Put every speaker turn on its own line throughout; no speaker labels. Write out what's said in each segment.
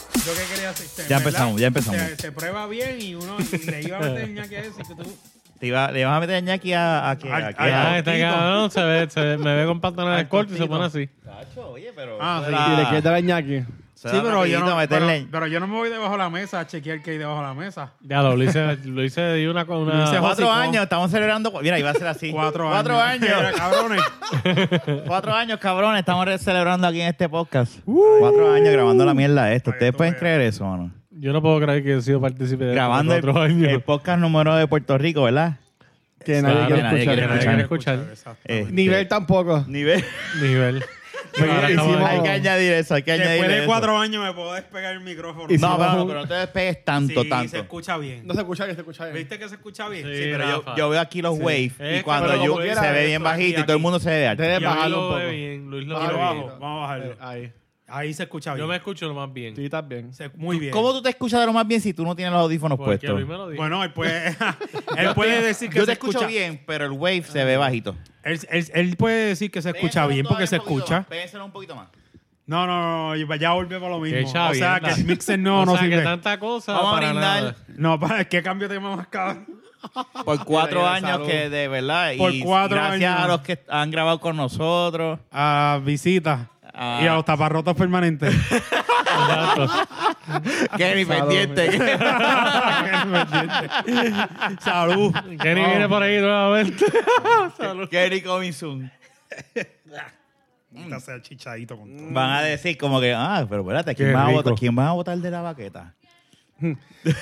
ya se- se-
Ya
¿verdad?
empezamos, ya empezamos.
Se, se prueba bien y uno y le iba a meter ñaque ese y que tú.
Te iba, le vas a meter a ñaki a, a que.
Al-
a que-
al-
a-
Ah, este cabrón se ve, se ve- me ve con pantalones
Al
cortos y se pone
cortito.
así.
Tacho, oye, pero.
Ah,
eso
sí.
era-
Y le quieres dar a ñaqui.
eso
Sí,
era
pero yo,
rapidito
no,
meterle
pero,
en-
pero yo no me voy debajo de la mesa a chequear que hay debajo de la mesa.
Ya lo hice, lo hice de una con una.
hice
Ah, Cuatro
Josicó.
años, estamos celebrando. cu- Mira, iba a ser así.
Cuatro años.
Cuatro
Mira,
años.
cabrones.
Cuatro años, cabrones. Estamos re- celebrando aquí en este podcast. Cuatro años grabando la mierda de esto. ¿Ustedes
Maldito
pueden
sea.
creer eso, mano?
Yo no puedo creer que he sido partícipe de
Grabando el,
otro año.
el podcast número de Puerto Rico, ¿verdad?
Que nadie
Claro,
quiere
que nadie
escuchar.
quiere escuchar.
Exacto.
Este,
Nivel tampoco.
Nivel.
Nivel. Ahora
hicimos-
acabo de-
Hay que añadir eso, hay que añadir
Después de
eso.
cuatro años me puedo despegar el micrófono.
Y si
No,
vamos-
no, no, pero no te despegues tanto,
Sí, se
tanto.
escucha bien.
No se escucha que se escucha bien.
¿Viste que se escucha bien?
Sí.
Sí.
Pero yo,
Rafa.
yo veo aquí los waves y
Es que
cuando
pero
yo
como
quiera,
se ve bien
esto aquí,
bajito y todo el
aquí.
mundo se ve alto.
Debes
Yo aquí
bajarlo
lo
un poco.
ve bien, Luis lo
Bájalo
ve
Vamos,
bien.
bajito.
vamos a bajarlo.
ah.
Ahí.
Ahí se escucha bien.
Yo me escucho lo más bien.
Sí, estás bien.
Se- muy bien.
¿Cómo tú te escuchas de lo más bien si tú no tienes los audífonos
Porque
puestos?
Luis me lo dijo.
Bueno, él puede, él puede decir que
Yo
se
te escucho
escucha
bien, pero el wave se ve bajito.
Él, él- él puede decir que se escucha bien porque se escucha.
Pénselo un poquito más.
No, no, no, ya volvemos a lo mismo.
Qué
o sea,
chavienda.
que el mixer no,
O
no
sea, que
sirve.
tanta cosa
Vamos a
para
brindar.
nada.
No, para, ¿qué cambio de tema más cabrón?
Por cuatro
Mira, ya,
años
salud.
que de verdad. y
Por cuatro
gracias
años.
a los que han grabado con nosotros.
A visitas
Ah.
y a los taparrotos permanentes.
Kenny, pendiente.
Salud.
Kenny viene por ahí nuevamente.
Kenny coming soon.
Está sea chichadito con todo.
Van a decir como que, ah, pero espérate,
Qué
¿quién va, a
rico.
votar, ¿quién va a votar de la baqueta?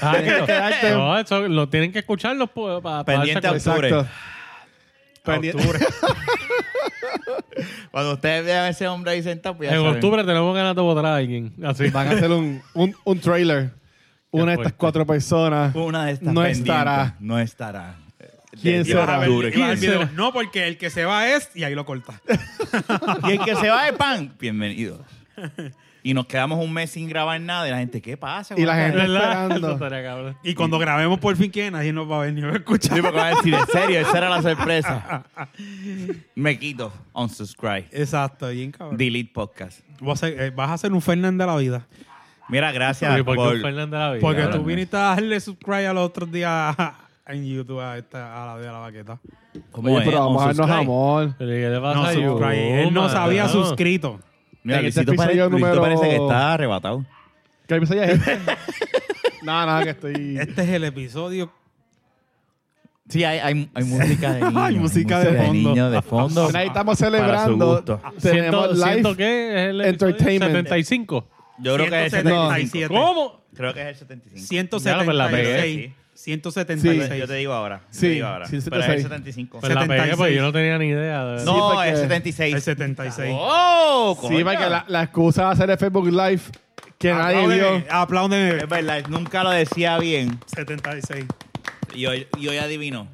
Ah, eso-
quedarte-
no, eso lo tienen que escuchar los pu- pa- para
Pendiente a
darse cuenta.
octubre.
Exacto. Ah, Pues
Pendi-
Cuando ustedes vean a ese hombre ahí sentado, pues ya
En
saben.
octubre tenemos ganas de votar a alguien. Así.
Van a hacer un, un, un trailer. Una de estas
fuerte.
cuatro personas.
Una de estas
No
pendientes.
estará.
No estará.
¿Quién
De-
Y vas a
será?
ver-
Octubre,
y vas a ver
Kenny.
video. No, porque el que se va es y ahí lo corta.
Y el que se va de pan, bienvenido. Y nos quedamos un mes sin grabar nada. Y la gente, ¿qué pasa?
Y la
Guarda?
gente
¿Verdad?
esperando.
Eso estaría cabrón.
Y cuando grabemos por fin, que nadie nos va a ver ni va a
Sí,
escuchar.
porque van a decir, en serio, esa era la sorpresa. Me quito, unsubscribe,
Exacto, bien cabrón.
delete podcast.
Vas a, eh, vas a ser un Fernández de la vida.
Mira, gracias
Porque
por...
¿por qué Fernández la vida?
Porque
ahora
tú
no.
viniste a darle subscribe al otro día en YouTube a, esta, a la de la baqueta.
¿Cómo
Oye,
es?
pero vamos a darnos
Unsubscribe.
amor.
Pero, ¿y ¿Qué le pasa
No,
a
subscribe. Él no
Yuma,
se había
no?
suscrito.
Mira,
En este
Luisito parece,
episodio
Luisito
número-
parece que está arrebatado.
¿Qué episodio es este? Nada, nada, que estoy...
Este es el episodio.
Sí, hay, hay, hay música de niño.
Hay música de fondo.
niño de fondo.
Ahí estamos
Para
celebrando.
su gusto.
Tenemos
Siento, siento
live.
que es el episodio
Entertainment.
75.
Yo creo que es el 75.
177.
¿Cómo?
Creo que es el 75.
Ya lo- pues la
pegué,
176.
sí.
176.
Yo te digo ahora. yo te
Sí,
digo ahora.
sí,
pero es el
76.
75.
Pues la pegué
76.
porque yo no tenía ni idea. de-
no,
porque-
es 76.
El 76.
¡Oh!
Sí,
coño.
porque la, la excusa va a ser el Facebook Live que nadie
Apláudeme,
vio.
Apláudeme.
Es verdad, nunca lo decía bien.
76.
Y hoy, y hoy adivino.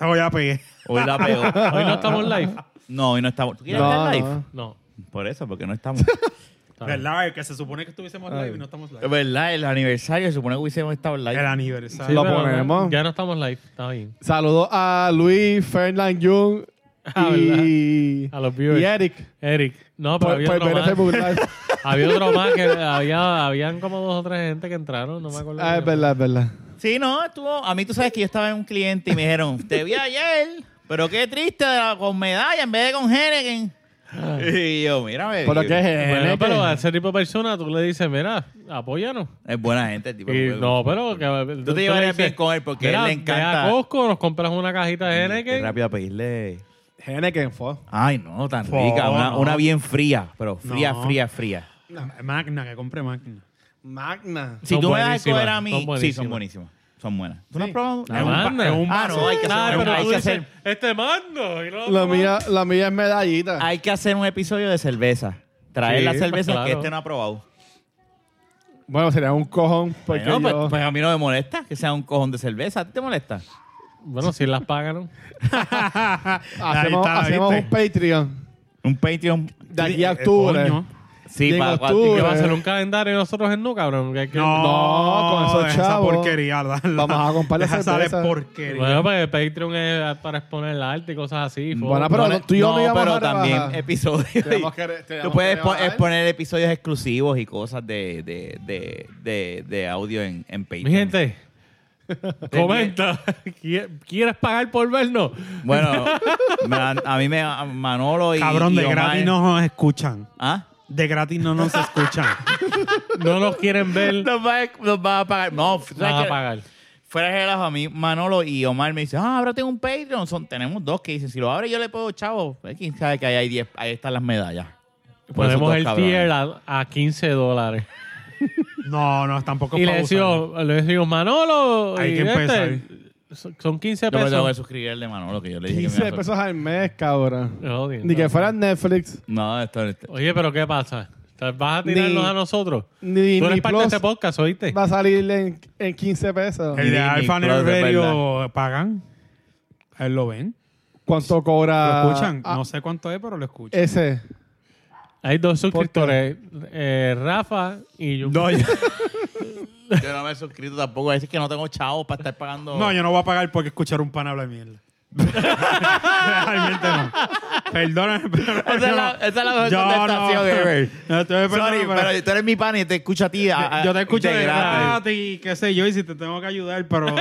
Oh, ya pegué.
Hoy la pegó.
Hoy no estamos live.
No, hoy no estamos. ¿Tú quieres
No,
estar live?
no.
No.
Por eso, porque no estamos.
Está bien.
¿Verdad? Que se supone que estuviésemos live y no estamos
es
live.
verdad, el aniversario se supone que hubiésemos estado live.
El
Sí,
aniversario.
Lo
pero
ponemos.
Ya no estamos live. Está bien.
Saludos a Luis, Fernand Jung
Ah,
y,
A los viewers.
y Eric.
Eric. No, pero
Por,
había
por
otro
ver el Facebook
más.
Live.
Había otro más que había, habían como dos o tres gente que entraron. No me acuerdo.
Ah, es verdad, es verdad.
Sí, no, estuvo. A mí tú sabes que yo estaba en un cliente y me dijeron, te vi ayer, pero qué triste, con medalla en vez de con Henneken. Y yo, mira, me
Por lo Ah. que es
Bueno,
Henneken.
pero a ese tipo de persona tú le dices, mira, apóyanos.
Es buena gente, el tipo.
Y,
Porque-
no, pero que,
Tú te llevarías bien con él porque
"Mira,
él le
ve
encanta.
a Costco, nos compras una cajita de
Qué
Henneken.
rápido a pedirle.
Henneken, fo.
Ay, no, tan
Fo,
rica. Una,
no.
una bien fría, pero fría,
No.
fría, fría.
Magna, que compre Magna.
Magna.
Si
Son
tú me das a
buenísimas,
escoger a mí,
son
sí, son
buenísimas.
buenísimas. Son buenas. ¿Tú no has probado?
La
Es un pa-
magna.
es un- Ah, no, hay que hacer,
Ah,
un-
pero
hay
tú
que
dices,
hacer-
este mando. y no- Ah.
La mía, la mía es medallita.
hay que hacer un episodio de cerveza. Traer
Sí,
la
pues
cerveza que
claro.
este no ha probado.
Bueno, sería un cojón porque
Bueno, pues,
yo...
pues a mí no me molesta que sea un cojón de cerveza. ¿A ti te molesta?
Bueno, si las pagan.
hacemos hacemos un Patreon
Un Patreon.
eh,
de aquí a octubre.
Sí,
Llegó
para
tú,
¿Qué va a
eh.
hacer un calendario de nosotros en Nu, cabrón? Que hay que-
No, con esos
esa
chavos.
porquería. la- la-
Vamos a comprar la
Esa sale
cerveza.
porquería.
Bueno, pues Patreon es para exponer el arte y cosas así. fo.
Bueno, pero
le-
tú y yo no íbamos
pero
a rebajar.
también episodios.
Te vamos a querer- te
Tú
vamos
puedes
a
po-
rebajar.
poner episodios exclusivos y cosas de, de, de, de, de audio en, en Patreon.
Mi gente, comenta. ¿Qui- ¿Quieres pagar por vernos?
Bueno, me han- a mí me a Manolo y.
Cabrón,
y
de
Omar-
gratis no nos escuchan.
¿Ah?
De gratis no nos escuchan.
No nos quieren ver.
Nos va, a- nos va a pagar. No, ¿sabes
Vas a
qué?
pagar.
Fuera de relajo, a mí Manolo y Omar me dicen, ah, ahora tengo un Patreon. Son, tenemos dos que dicen, si lo abre yo le puedo, chavo. Eh, ¿Quién sabe que ahí hay 10? Ahí están las medallas. Por Pues esos
Ponemos
dos
el
cabrones.
tier a, a 15 dólares.
No, no, tampoco
Y
pa'
le
abusar.
decimos, le decimos, Manolo.
Hay
y
que
este,
empezar.
son- Son 15
Yo me tengo que
pesos.
suscribir al de Manolo, que yo le dije que me
15
iba a-
pesos al mes, cabrón.
Me jodí,
Ni
no.
que fuera Netflix.
No, esto, esto-
Oye, pero ¿qué pasa? O sea, ¿Vas a tirarnos
Ni-
a nosotros?
Ni,
Tú
ni
eres parte de
Plus
este podcast, ¿oíste?
va a salir en, en 15 pesos.
El de
Disney
Alfa
Plus,
Net
de
Radio pagan. A él lo ven.
¿Cuánto cobra?
Lo escuchan.
Ah, Eh,
No sé cuánto es, pero lo escuchan.
Ese.
Hay dos
¿Por
suscriptores, eh, Rafa y yo.
yo... yo no me he suscrito tampoco. Es que no tengo chavos para estar pagando.
No, yo no voy a pagar porque escuchar un pan hablar mierda. Realmente no. Perdóname, pero.
Esa es
yo
la-
no.
esa es la mejor
Yo no.
contestación ever.
No, estoy
Sorry,
perdóname,
pero tú eres mi pan y te escucho a ti. a- a-
Yo te escucho
de
de gratis, qué sé yo, y si te tengo que ayudar, pero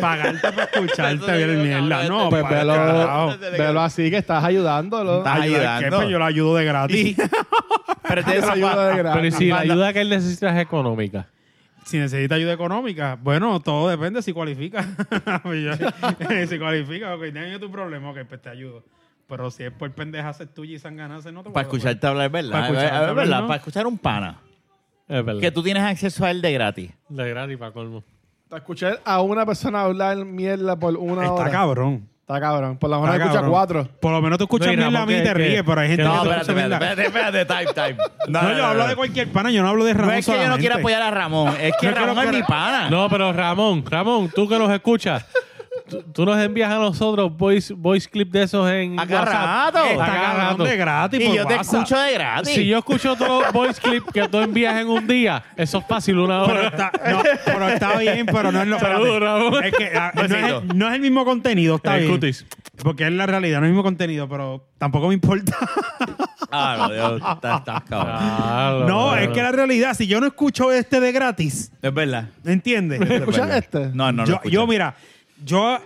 pagarte para
Eso
escucharte
es
bien
lo que
mierda.
hablaste.
No,
Pues
para el
velo,
carajo.
velo así que estás ayudándolo.
Estás
Ayudar, ¿qué?
ayudando.
Pues yo lo ayudo de gratis.
Y- Pero te
Esa ayuda de
Pero ¿y
gratis.
si la
Manda-
ayuda que él necesita es económica.
Si necesita ayuda económica, bueno, todo depende si cualifica. Pues yo- si cualifica, ok, tengo yo tu problema, ok, pues te ayudo. Pero si es por pendejas tuya y sanganarse, no te
Para
puedo-
escucharte hablar, ¿verdad?
Para escucharte
A ver,
hablar,
¿verdad?
¿no?
Para escuchar un pana.
Es verdad.
Que tú tienes acceso a él de gratis.
De gratis para colmo.
Te escuché a una persona hablar mierda por una
Está
hora.
cabrón.
Está cabrón. Por lo menos
Está
escucha
cabrón.
cuatro.
Por lo menos tú escuchas
No, y
bien
Ramón,
a mí y
que-
te
que-
ríes, pero hay gente
que-
que
No,
te
espérate,
escucha
espérate,
mierda.
espérate, espérate, time, time.
No, yo hablo de cualquier pana, yo no hablo de Ramón.
No es que yo no
solamente.
quiero apoyar a Ramón, es que
Yo creo
Ramón
que-
es mi pana.
No, pero Ramón, Ramón, tú que nos escuchas, tú, tú nos envías a nosotros voice, voice clip de esos en
A cada
WhatsApp.
rato.
A
Está
cada
cabrón
rato.
de gratis.
y
por
yo te
WhatsApp.
escucho de gratis.
Ah, Si yo escucho todos los voice clip que tú envías en un día, eso es fácil, una
Pero
hora.
está, no, pero está bien, pero no es lo
Saludos, Ramón.
Es que ah, no,
Besito.
es, no es el mismo contenido, está
El
bien.
cutis.
Porque es la realidad, no es el mismo contenido, pero tampoco me importa.
Ah, no, Dios, estás, estás cabrón.
Ah, lo-
No, es que la realidad, si yo no escucho este de gratis,
Es verdad.
¿entiendes?
¿Escuchas este?
No, no, no.
yo, yo, mira, yo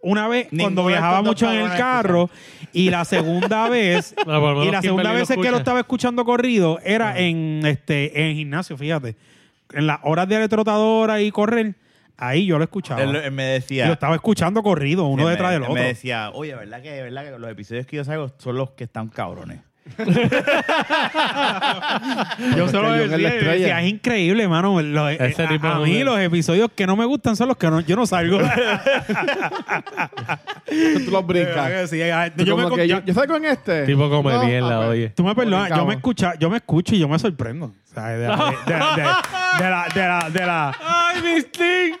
una vez
Ninguno
cuando
de
viajaba
estos dos
mucho en el
cabrones
carro y la segunda vez
No, por lo menos
y la segunda
Kimberly lo
vez es que
escucha.
lo estaba escuchando corrido era en este en el gimnasio, fíjate. En las horas de trotadora y correr, ahí yo lo escuchaba.
Él, él me decía.
Lo estaba escuchando corrido, uno
él eh, me-
detrás del
él
otro.
Me decía, oye, ¿verdad que, ¿verdad que los episodios que yo salgo son los que están cabrones?
Yo solo
Porque yo en
decía,
la
yo decía,
estrella.
es increíble, mano. Lo- eh,
Ese
a-
tipo
a,
de-
mí los episodios que no me gustan son los que no- yo no salgo.
Tú los brincas.
Sí, ah,
Tú
yo me
como
con-
que
yo-
yo, yo salgo en este.
Tipo come
No,
mierda,
ah, pues,
oye.
Tú me perdonas, yo
Brincamos.
me, escucha, yo me escucho y yo me sorprendo. O sea, de, la, de, de- de- de la, de la, de la-
¡Ay, mis ting!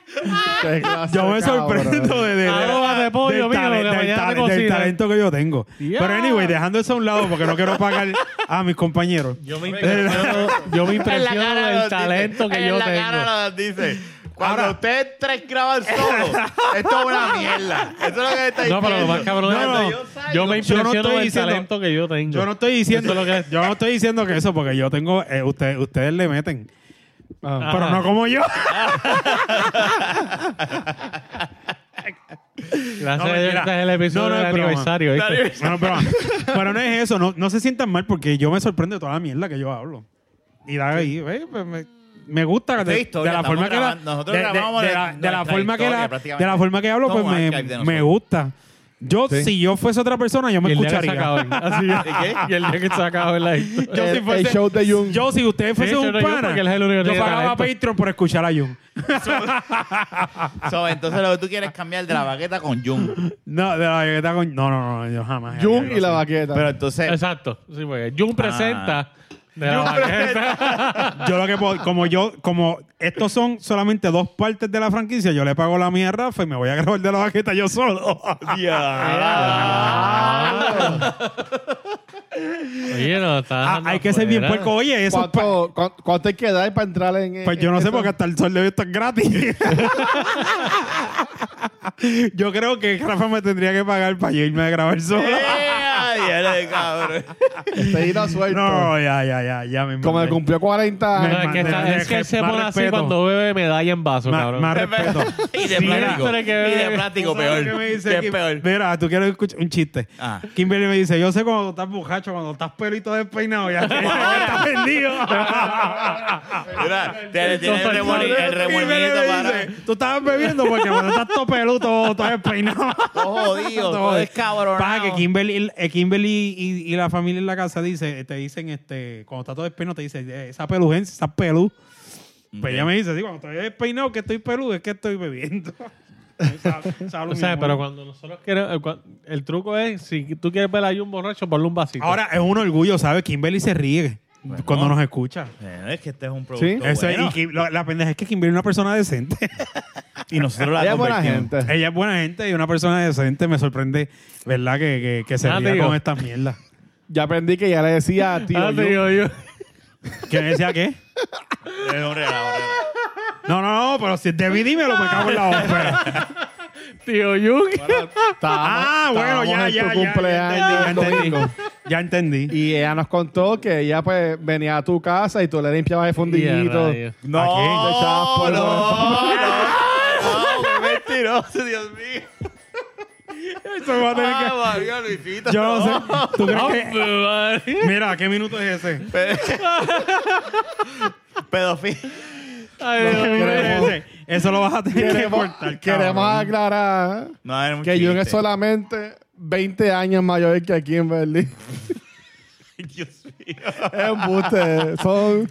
Qué clase
Yo me
de cabrón.
sorprendo de, de- de-
Arroba de pollo,
del,
mijo, que
del
mañana te
del
cocinan.
talento que yo tengo.
Ya.
Pero anyway, dejando eso a un lado porque no quiero pagar a mis compañeros. Eh,
Yo me impresiono, yo me impresiono del talento que yo tengo.
nos dice. Cuando ustedes tres graban solo, esto es una mierda. Eso es lo que está
No, pero lo más cabrón
No, no,
es
yo
salgo.
yo me
Yo no
impresiono
estoy
del
diciendo-
talento que yo tengo.
Yo no estoy diciendo
Eso es lo que es.
yo no estoy diciendo que eso porque yo tengo eh, ustedes ustedes le meten.
Ah.
Pero no como yo.
Gracias
No,
a Dios
mentira.
este es el episodio
No, no,
del
es broma.
aniversario. ¿viste?
No, pero, pero no es eso. No, no se sientan mal porque yo me sorprendo de toda la mierda que yo hablo. Y la ahí, ve, pues, me, me gusta
Esta
de,
historia,
de la
estamos
forma que la,
grabando- nosotros
de, de-
grabamos
de
de-
la, de la
nuestra
forma que
historia,
la,
prácticamente.
de la forma que hablo,
Somos
pues me,
archive de
me
nosotros.
gusta. Yo,
Sí.
si yo fuese otra persona, yo me
Y el día que se
escucharía.
acabe. Así es. Y el día que se acabe la historia.
Yo,
El-
si fuese-
el show de Jun.
yo, si usted fuese
Sí,
un
show de Jun,
pana,
porque él es el único que
yo
tiene
pagaba
talento.
Patreon por escuchar a Jun.
So, entonces lo que tú quieres es cambiar de la baqueta con Jun.
No, de la baqueta con- No, no, no, yo jamás.
Jun
haría
y la
algo así.
baqueta.
Pero entonces,
Exacto. Sí, porque Jun presenta de la
Jun
banqueta.
Yo lo que puedo- como yo, como estos son solamente dos partes de la pues franquicia, yo le
Ah,
pago la mía a Rafa y me voy a grabar de la baqueta yo solo.
Ah.
Oye, no, está.
Ah, hay que ser bien puerco. Oye, eso. es pa-
¿Cuánto, cuán- cuánto hay que dar para entrar en.? en-
Pues yo no
en
sé
esto?
porque hasta el sol de hoy está gratis. yo creo que Rafa me tendría que pagar para yo irme a grabar solo.
Eh, Ay, cabrón.
Te irá suelto.
No, ya, ya, ya, ya me
Como que cumplió 40
No,
años.
es que, está- es que él se
Más
pone así
respeto.
cuando bebe medalla en vaso,
Más,
cabrón.
más respeto.
Y de
Sí,
plástico.
eso es
Y
que bebe.
de plástico
¿Tú sabes
peor.
qué me dice
Que es
Kim-
peor.
Mira, tú quieres escuchar un chiste.
Ah.
Kimberly me dice, yo sé cuando estás bujacho, cuando estás pelito despeinado, ya que estás vendido.
Mira, te- tiene el
Entonces,
remolino, el
Kimberly me
remolino para.
dice, Tú estabas bebiendo porque cuando estás todo peludo, todo, todo despeinado.
Todo ¡Oh, jodido, todo descabronado.
Para que Kimberly, eh, Kimberly y, y la familia en la casa dice, eh, te dicen, este, cuando está todo despeinado, te dice, eh, esa pelugencia, esa pelú. Pues ella me dice, sí, cuando estoy despeinado, que estoy peludo, es que estoy bebiendo. Sal- salud,
O
mi
sea,
amor.
pero cuando nosotros queremos. eh, cua- El truco es: si tú quieres ver a un borracho, ponle un vasito.
Ahora es un orgullo, ¿sabes? Kimberly se ríe cuando nos escucha.
Bueno, es que este es un producto.
Eso es-
bueno.
y Kim- lo- la pendeja es que Kimberly es una persona decente.
Y nosotros la
Ella es buena
convertimos.
gente.
Ella es buena gente y una persona decente. Me sorprende, ¿verdad? Que, que- que se
Ah, te
ría
digo.
con estas mierdas.
Ya aprendí que ya le decía, tío.
Ah,
yo-
te digo yo.
¿Qué me decía qué?
Es un relajo, relajo.
No, no, no, pero si es Debbie, dímelo, me cago en la ópera.
Tío Yuki.
estábamos-
ah, bueno, ya,
estábamos
ya,
en tu
ya, ya
cumpleaños.
entendí,
domingo.
ya entendí. Ya entendí.
Y ella nos contó que ella pues venía a tu casa y tú le limpiabas el fundillito.
rayos.
No,
¿A quién?
Le echabas
Oh,
no, no,
polvo
no, qué Ah, mentiroso, Dios mío.
Eso va a tener que-
Ah, María Luisita.
Yo no sé. ¿Tú crees que-
Ah,
Mira, ¿qué minuto es ese?
Pedofil.
Ay, Dios mío.
Ese- Eso lo vas a tener que
Queremos,
cortar.
queremos
cabrón.
aclarar
No, era un
que yo es
chiste.
solamente 20 años mayor que aquí en Berlín.
Dios mío.
es un buste. Son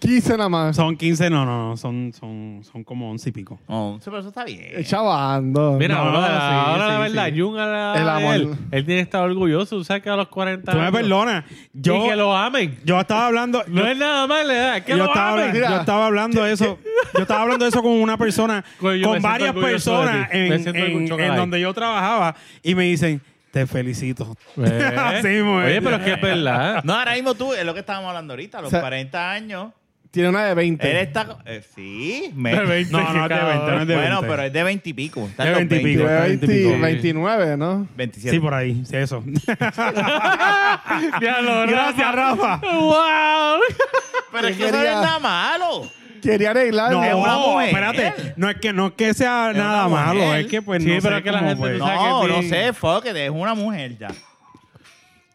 15 nada más.
Son 15, no, no, no, son, son, son como 11 y pico.
Oh, pero eso está bien.
Chavando.
Mira,
No,
bro,
sí,
ahora
sí,
la verdad,
sí.
Jun, a la-
El amor.
Él, él tiene que estar orgulloso. Tú sabes que a los 40
Tú me
años-
perdonas. Yo,
Y que lo amen.
yo estaba hablando.
No
yo-
es nada más la edad. Que
yo,
lo
estaba,
amen.
hablando-
Mira.
yo estaba hablando de eso. Yo estaba hablando de eso con una persona,
Coño, yo me
con
siento
varias
orgulloso de
personas
ti. Me
en,
siento
en-
orgulloso,
en
caray.
donde yo trabajaba y me dicen, te felicito.
Eh.
Así mismo es.
Oye, pero es que es verdad.
No, ahora mismo tú, es lo que estábamos hablando ahorita, a los
O sea,
40 años.
Tiene una de
Él
20.
está. eh, sí, me-
De 20,
No, no, es de
cabrón.
20, no es de
Bueno,
20.
pero es de 20 y pico. Está
De
en los
20 y pico.
20,
20,
20.
29, ¿no?
27.
Sí, por ahí, sí, eso.
Ya lo-
Gracias, Rafa.
¡Wow!
pero es que
Yo
eso no es
quería-
nada malo.
Quería arreglar.
No,
Es una mujer.
espérate. No es que no es que sea
una
nada malo,
mujer.
es que pues
Sí,
no
pero
sé
que la
cómo,
gente
pues.
O sea,
No,
que
no
sí.
sé, fuck, it, es una mujer ya.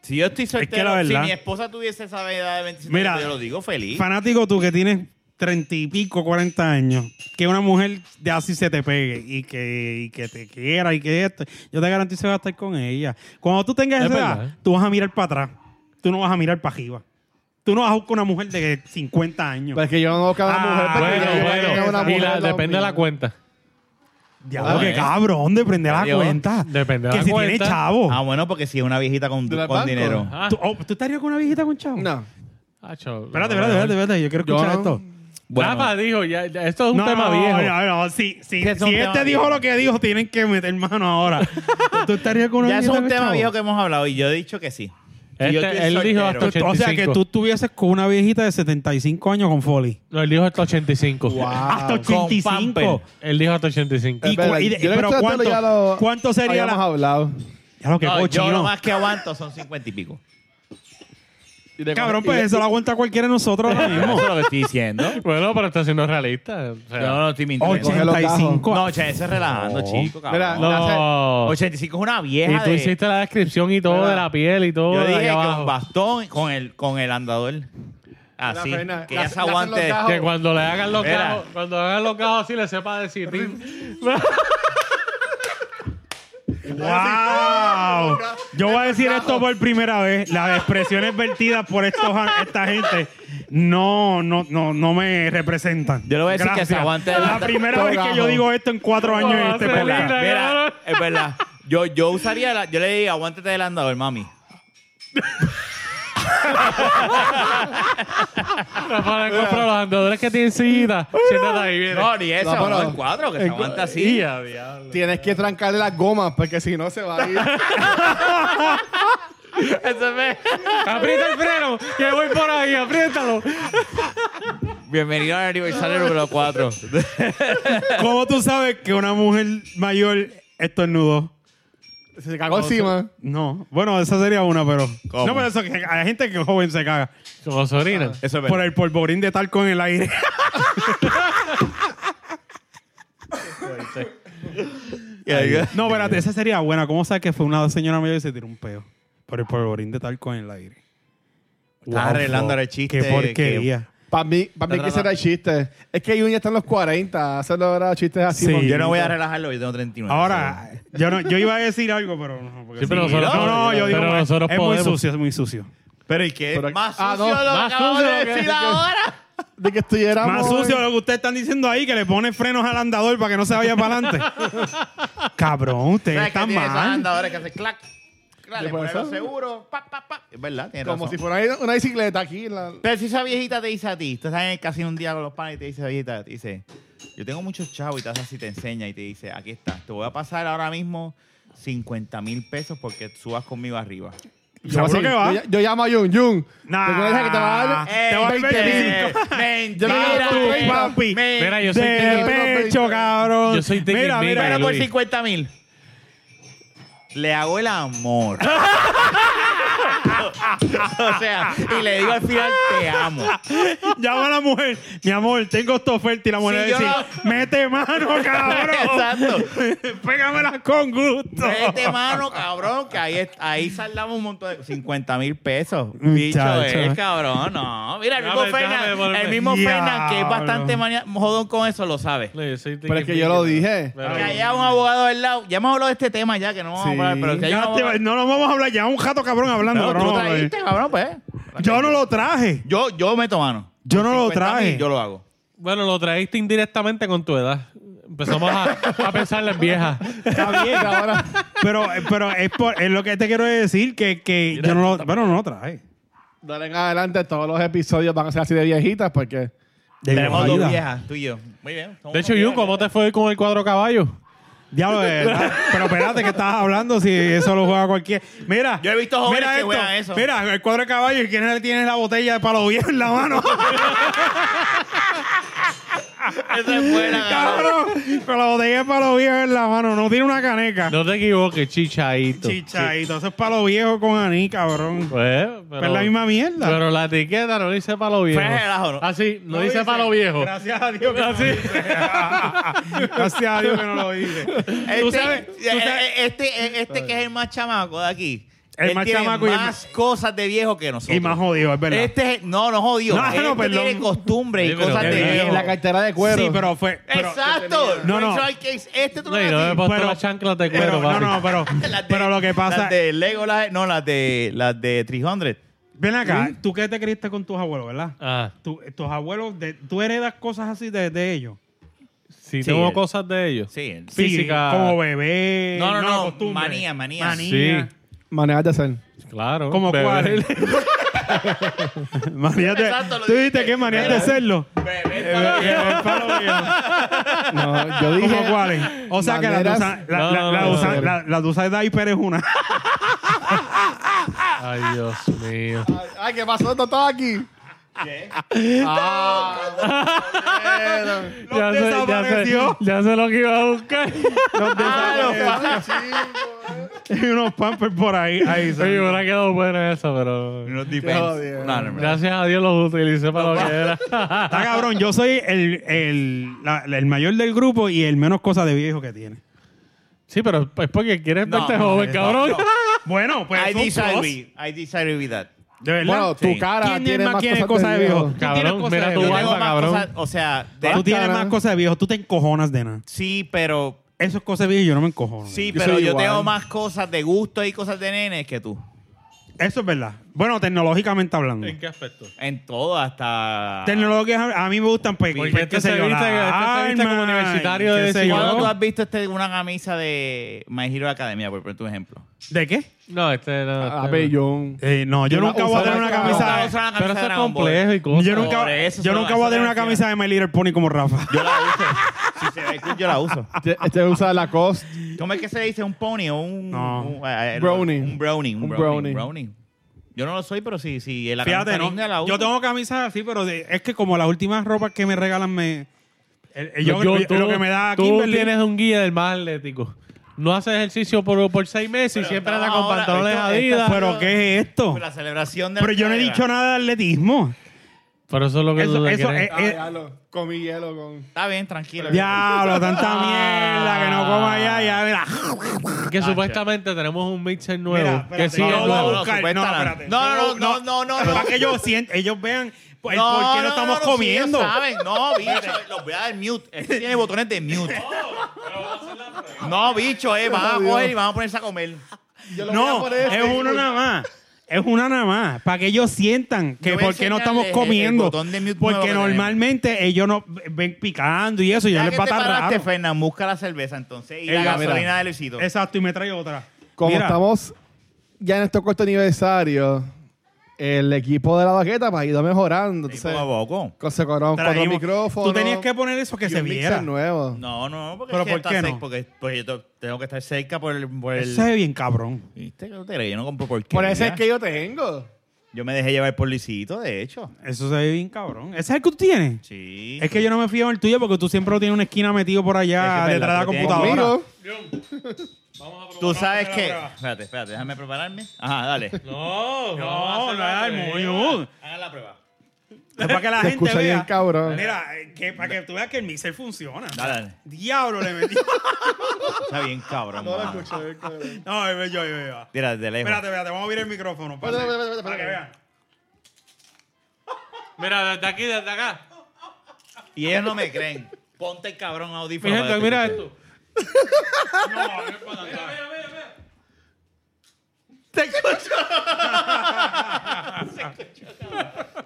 Si yo estoy soltero,
la verdad-
si mi esposa tuviese esa edad de 27,
Mira,
yo lo digo feliz.
fanático tú que tienes treinta y pico, cuarenta años, que una mujer de así se te pegue y que, y que te quiera y que esto, yo te garantizo que vas a estar con ella. Cuando tú tengas
Es
esa
verdad.
edad, tú vas a mirar para atrás, tú no vas a mirar para arriba. Tú no vas a buscar una mujer de 50 años.
Pero
Pues,
es que yo no busco a la
Ah,
mujer.
Bueno,
porque yo creo que
esa-
una
bueno. Y
mujer
la-
es lo
depende de la
mío.
cuenta.
Diablo,
Ah,
qué
eh.
cabrón de prender la
Dios.
cuenta.
Depende de
que
la
si
cuenta.
tiene chavo.
Uh.
Ah, bueno, porque si es una viejita con,
¿De la
con
banco?
dinero.
Ah,
¿Tú, oh, ¿tú estarías con una viejita con chavo?
No.
acho,
Espérate, espérate,
no, bueno.
espérate, espérate, yo quiero escuchar
Yo no.
esto.
Rafa dijo, ya, ya, esto es un tema viejo.
No, no, si, si,
Que es un
si
tema
este dijo
viejo.
lo que dijo, tienen que meter mano ahora. ¿Tú estarías con una
Ya es
viejita
un
con
tema
chavo?
viejo que hemos hablado y yo he dicho que sí. Si yo
Este-
estoy
él dijo hasta
soltero-
ocho-
O sea, que
85.
tú estuvieses con una viejita de 75 años con Foley.
No, él dijo hasta 85.
Hasta
Wow.
Ah, Con
85.
Pamper.
Él dijo hasta 85.
Y
Es verdad,
cu- y de-
Eh, yo creo que
pero
esto
¿cuánto-
ya lo
cuánto sería
habíamos
la-
hablado.
Ya lo que
No, yo
cochino.
lo más que aguanto son 50 y pico.
Y de-
Cabrón,
y
pues
de-
eso lo aguanta cualquiera de nosotros ahora mismo.
Eso es lo que estoy diciendo.
Bueno, pero está siendo realista. o sea.
Yo no estoy mintiendo.
Oye.
No,
85.
che, eso es relajando, chico, cabrón.
Mira,
No.
Nace-
85 es una
Y
vieja
tú
de-
hiciste la descripción y todo
¿Verdad?
de la piel y todo.
Yo
de
dije
allá
que
abajo.
un bastón con el, con el andador. Así,
La frena-
que ya
la-
se
la hacen los
aguante.
gajos.
Que cuando le hagan los
Mira.
cajos, cuando hagan los cajos así le sepa decir.
¡Wow!
¡ah!
Yo voy a decir esto por primera vez. Las expresiones vertidas por estos, esta gente no, no, no, no me representan.
Yo le voy a decir que se aguante el-
La primera vez que yo digo esto en cuatro años en este
Vamos a hacer
podcast.
linda.
Mira, es verdad. Yo, yo usaría, la, yo le diría, aguántate del andador, mami.
Para comprar los andadores que tienen sillita. Siéntate ahí, viene.
No, ni eso,
No, pero-
no, el cuadro, que se
el-
aguante así.
Ya, diablo.
Tienes que trancarle las gomas porque si no se va a ir.
Eso es-
Aprieta el freno, que voy por ahí, apriétalo.
Bienvenido al aniversario número 4.
¿Cómo tú sabes que una mujer mayor estornudó?
Se cagó encima.
No. Bueno, esa sería una, pero.
¿Cómo?
No, pero eso que hay gente que joven se caga.
Como Sorina.
Eso es
Por
verdad.
el polvorín de talco en el aire. No, espérate, esa sería buena. ¿Cómo sabes que fue una señora mayor y se tiró un peo? Por el polvorín de talco en el aire.
Estás arreglando el chiste.
Qué porquería.
Para mí, para mí
Tra-
que será el chiste. Es que Jun ya está en los 40. Hacerlo ahora chistes así.
Sí.
porque-
Yo no voy a relajarlo, yo tengo 39.
Ahora, yo, no, yo iba a decir algo, pero no. porque
Sí, pero nosotros-
no, no, yo digo,
pero nosotros
es
podemos.
muy sucio, es muy sucio.
Pero ¿y qué?
Pero-
más sucio
Ah, no,
lo
más
acabo
sucio
de
que-
decir
que-
ahora.
De que estuviéramos.
Más sucio lo que ustedes están diciendo ahí, que le pone frenos al andador para que no se vaya para adelante. Cabrón, ustedes
¿Sabes que
están
tiene esos
mal.
andadores que hace clac? Claro,
¿Qué
le ponen
pasa?
los seguros. Pa, pa, pa. Es verdad, tienes
Como
razón.
si fuera una- una bicicleta aquí. en la-
Pero si esa viejita te dice a ti, tú estás en el casino un día con los panes y te dice esa viejita, te dice, yo tengo muchos chavos y te hace así, te enseña y te dice, aquí está, te voy a pasar ahora mismo 50 mil pesos porque subas conmigo arriba.
Yo
Seguro
así,
que va.
Yo, yo llamo a Jun. Jun.
Nah.
¿Te acuerdas que te va a
Ah,
dar?
Te voy a ver
Yo no
mentira,
digo tú,
eh,
papi.
me-
Mira, yo soy
De
Team-
pecho, cabrón.
Yo soy Taking
Mira,
Me by
mira,
Pero por
Luis.
50 mil. Le hago el amor. o sea, y le digo al final, te amo.
llama a la mujer. Mi amor, tengo esta oferta y la mujer
Sí,
va a
yo
decir, mete mano, cabrón.
Exacto.
Pégamela con gusto.
Vete, mano, cabrón, que ahí, es- ahí saldamos un montón de 50 mil pesos. Bicho
Muchacho.
es, cabrón. No, mira, el mismo
Déjame, déjame
Fernan,
devolverme.
el mismo
Diablo.
Fernan, que es bastante mania- jodón con eso, lo sabe.
No, yo soy
Pero es que
Tiki
yo lo
Tiki.
Que
dije.
Pero-
haya un abogado al lado. Ya hemos hablado de este tema ya, que no vamos
Sí.
a hablar, pero que haya
Ya
un
te-
abogado.
no nos vamos a hablar ya un jato cabrón hablando,
No,
pero
tú
no eh.
lo
vamos a hablar.
trajiste, cabrón, pues.
Yo no lo traje.
Yo, yo meto mano.
Yo no lo
50 mil,
traje.
Yo lo hago.
Bueno, lo traíste indirectamente con tu edad. Empezamos a, a pensar en las viejas.
Está bien, ahora.
Pero, pero es, por- es lo que te quiero decir, que, que yo no lo... Bueno, no lo traje.
Dale en adelante, todos los episodios van a ser así de viejitas porque.
De
Tenemos
mi
dos
vida.
viejas, tú y yo. Muy bien. somos
De hecho,
dos
Jun,
viejas.
¿cómo te fue con el cuadro caballo?
Diablo, de verdad. pero espérate que estabas hablando si eso lo juega cualquiera. Mira,
Yo he visto jóvenes
mira
que
esto,
juegan eso.
Mira, el cuadro de caballo y quién le tiene la botella de palo viejo en la mano.
Esa es buena, cabrón.
Cabrón, con la botella de palo viejo en la mano, no tiene una caneca.
No te equivoques, chichaito.
Chichaito, eso es palo viejo con aní, cabrón.
Pues,
Pero,
pero,
es la misma mierda.
pero la etiqueta no dice palo viejo.
Fue relajo, ¿no?
Así, no, dice,
dice.
palo viejo.
Gracias a Dios que no lo dice. Gracias a Dios que no lo dice.
Este,
Tú sabes, tú
eh,
sabes-
eh, este, eh, este que es el más chamaco de aquí.
El
él
más
tiene
chamaco y el
más cosas de viejo que nosotros.
Y más jodido, es verdad.
Este es- no, no jodió.
No,
este
no, perdón.
tiene costumbres
Sí,
y
pero
cosas
qué
de
viejo.
viejo.
En la cartera de cuero.
Sí, pero fue. pero-
Exacto.
No, no.
Retro Arcades, Este tú
No,
lo
y no me he
ves así.
puesto
Pero-
las chanclas de
pero-
cuero,
no,
papi.
no, pero,
Las de-
pero lo que pasa.
Las de Lego, las, no, las de, las de 300.
Ven acá, ¿Mm? tú que te criaste con tus abuelos, ¿verdad?
Ah,
Tú- tus abuelos, de- tú heredas cosas así de, de ellos.
sí,
Sí,
tengo
el-
cosas de ellos.
Sí. el-
Sí,
Física.
como bebé.
No, no, no,
costumbre.
manía, manía.
Manía.
Sí.
Maneras de hacer.
Claro.
¿Cómo
bebé.
cuál? Manía de-
Exacto, lo
tú dijiste
dijiste.
que manía de
Bebé.
serlo.
Bebé,
Eh, eh, palo viejo.
No, yo dije.
¿Cómo cuáles? O sea que la
Maneras-
dusa- la-
No,
la-
no,
la
no, no,
dusa-
no.
la- la dusa de Diaper es una.
Ay, Dios mío.
Ay, ¿qué pasó? ¿No estaba aquí?
Los desapareció.
ya sé lo que iba a buscar.
Los desapareció. Y unos pampers por ahí. ahí son.
Oye, me hubiera quedado buena esa, pero...
No,
jodido.
no, no, no.
Gracias a Dios los utilicé para lo que era.
Está cabrón, yo soy el, el, la- la- el mayor del grupo y el menos cosa de viejo que tiene.
Sí, pero es porque quieres
No,
verte
no,
joven,
no,
cabrón.
no.
Bueno, pues.
I
son pros.
disagree. I disagree with that.
De verdad.
Bueno, tu
Sí.
cara
¿Quién es
tiene
más
más
quién es
cosas
cosa de viejo?
viejo.
tienes
Cabrón,
cosas
mira
de
tu
Yo
viejo.
tengo
barba,
más cosas,
cabrón.
o sea, de-
tú tienes
cara.
más cosas de viejo. Tú te encojonas de nada.
sí, pero
Eso es cosa de viejo y yo no me encojono.
sí,
Yo
pero
soy
yo
igual.
tengo más cosas de gusto y cosas de nenes que tú.
Eso es verdad. Bueno, tecnológicamente hablando.
¿En qué aspecto?
En todo hasta
Tecnologías a mí me gustan pues,
Porque
pues,
este
qué sé
se
yo,
viste-
la
este se viste como
Iron Man,
universitario
qué
de
sé
decir,
yo.
¿Cuándo tú has visto este, una camisa de My Hero Academia, por poner tu ejemplo?
¿De qué?
No, este no.
A
este
ver,
no.
John.
Eh, no, yo
Yo
nunca
la
voy a
usaba
tener una
acá.
camisa.
Yo usaba una camisa
Pero eso
de
es
Dragon Ball.
complejo y cosas.
Yo nunca,
Por eso,
yo
eso
nunca
lo-
voy a tener
eso
una
lo decía.
camisa de My Little Pony como Rafa.
Yo la uso. Si se ve cool, yo la uso.
Te, te este, usa la cost.
¿Cómo es que se dice? ¿Un pony o un...
No.
un- eh, eh,
Brownie.
Un brownie. Un
Un
brownie.
brownie.
un brownie. Yo no lo soy, pero sí, sí. La
Fíjate,
camisa
¿no?
linda la uso.
yo tengo camisas así, pero de- es que como las últimas ropas que me regalan me... el- el- yo,
Yo-
yo-
tú-
lo que me da
Tú
Kimberly...
tienes un guía del más atlético. No hace ejercicio por, por seis meses y siempre anda
no,
con
ahora,
pantalones
esto-
Adidas.
esto-
¿Pero qué es esto?
pues La celebración de
Pero yo no he dicho nada de atletismo.
Pero eso es lo que
Eso-
tú te
eso
crees.
es- Eh,
Ah, comí hielo con.
Está bien, tranquilo.
Diablo, tanta mierda que no coma ya, ya, mira.
que supuestamente tenemos un mixer nuevo.
Mira, espérate,
que sí
yo
es
voy a
nuevo.
no,
buscar-
supuesta-
no, espérate.
No, no, no, no, no, no.
Para que ellos, sient- ellos vean pues, el por qué lo estamos
no,
comiendo.
sí, ellos saben. No, bicho, los voy a dar mute. Este tiene botones de mute. No, bicho, eh, van a coger y van a ponerse a comer.
no, es
este.
uno nada más. Es una nada más, para que ellos sientan
Yo
que
voy a
por qué no
enseñarles
estamos
el- el
comiendo.
botón de mute nuevo que
Porque
tenemos.
normalmente ellos no ven picando y eso, y ya
Ya
les
que
va a
te
estar
paraste,
raro.
Fernan, busca la cerveza entonces y
Ella,
la
mira.
gasolina de Luisito.
Exacto, y me trae otra.
Como
Mira,
estamos ya en este cuarto aniversario, el equipo de la baqueta pues, ha ido mejorando.
Sí,
Entonces,
poco a poco.
con- se cobraron cuatro
trajimos-
micrófonos.
Tú tenías que poner eso que
y
se
un mixer
viera.
nuevo.
No, no, porque
¿Pero
es que
por
está
qué no?
cerca, Porque pues, yo te- tengo que estar cerca por el... Por el
Eso se ve bien cabrón.
¿Viste? Yo, te, yo no compro por
Por eso es que yo tengo.
Yo me dejé llevar por Luisito, de hecho.
Eso se ve bien cabrón. ¿Ese es el que tú tienes?
Sí.
Es que yo no me fío en el tuyo porque tú siempre lo tienes en una esquina metido por allá
Es que es
detrás de
verdad,
la
tú tienes
computadora.
Conmigo.
Tú sabes que... Espérate, espérate, déjame prepararme. Ajá, dale.
No,
No, no es el moño.
Hagan la prueba.
Es para que la
Te
gente
escucha
vea.
bien cabrón.
Mira, eh, que, para que tú veas que el mixer funciona.
Dale, dale.
Diablo le metí.
Está bien cabrón,
No lo
mano.
escucho, es que-
No, yo, yo, yo. yo.
Mira, de lejos.
Espérate, espérate, vamos a abrir el micrófono. Para,
Espérate, espérate, espérate,
para que vean.
espérate.
Mira, desde aquí, desde acá.
Y ellos no me creen. Ponte el cabrón
Mi
audífono.
gente,
para
mira
escuchar.
esto.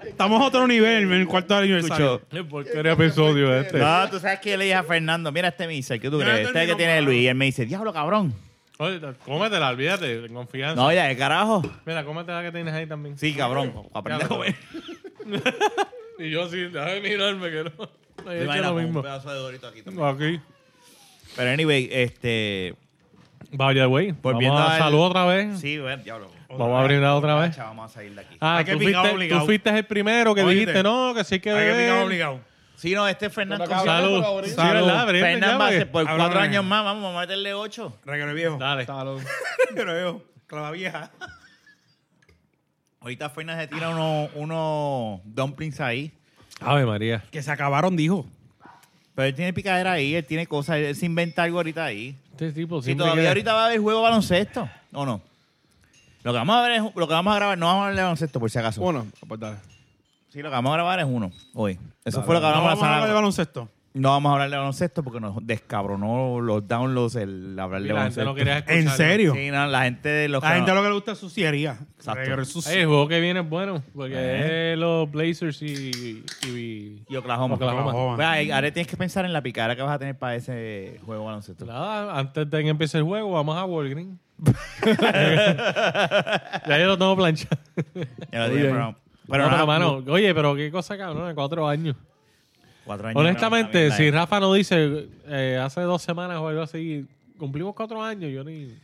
Estamos a otro nivel en el cuarto de aniversario.
Escucho.
Porquería episodio este.
No, tú sabes que yo le dije a Fernando, mira este mixer, ¿qué tú
Ya
crees? Este es el que
terminó,
tiene
mano.
Luis. Y él me dice, diablo, cabrón.
Oye, cómetela, olvídate, en confianza.
No, ya, ¿qué carajo?
Mira, cómetela que tienes ahí también.
Sí, cabrón. Aprende a
Ya,
comer.
Y yo sí, déjame mirarme que no. no he hecho
Imagina
lo
con un
mismo.
pedazo de dorito aquí también.
Aquí.
Pero anyway, este...
Vaya, güey.
Volviendo
Vamos a
al-
salud otra vez.
Sí, bueno, diablo.
Vamos a abrir una otra vez.
Chaval, Vamos a salir de aquí.
Ah,
Hay que
tú
picar
fuiste,
obligado.
tú fuiste el primero que
Oíste.
dijiste, no, que sí que
Hay que picar
beber.
obligado.
Sí, no, este es Fernando.
Pero acá-
Salud.
Salud.
Sí,
Salud.
¿verdad? Abrirme ya,
Fernando va a
güey.
ser por
Abre
cuatro
una
años
vez.
más, vamos a meterle ocho.
Regalo viejo.
Dale.
Ah,
Salud.
Regalo viejo. Clava vieja.
Ahorita Fernández se tira unos uno dumplings ahí.
Ave María.
Que se acabaron, dijo.
Pero él tiene picadera ahí, él tiene cosas, él se inventa algo ahorita ahí.
Este tipo
Si
siempre
todavía
queda-
ahorita va a haber juego de baloncesto, ¿o no? Lo que vamos a ver es, lo que vamos a grabar, no vamos a hablar de baloncesto por si acaso.
Bueno, pues dale.
Sí, lo que vamos a grabar es uno hoy. Eso fue lo que
no
hablamos la
vamos a
semana
hablar de baloncesto.
No vamos a hablar de baloncesto porque nos descabronó los downloads el hablar
Y
de
la gente
baloncesto.
no quería escucharlo.
¿En serio?
Sí, no, la gente de los
La
que
gente
no-
lo que le gusta es suciería.
Exacto.
Regalo es sucio.
Ey, el juego que viene es bueno, porque
Eh.
es los Blazers y, y-
y Oklahoma.
Oklahoma.
Oklahoma.
Pues, ahí- ahora tienes que pensar en la picadera que vas a tener para ese juego de baloncesto.
Nada, antes de que empiece el juego, vamos a Walgreens. ya yo lo tengo planchado.
Ya lo dije,
bien.
pero,
Pero,
pero nada,
mano, oye, pero qué cosa cabrón, cuatro años.
cuatro años,
Honestamente,
pero-
si Rafa no dice eh, hace dos semanas o algo así, cumplimos cuatro años, yo ni,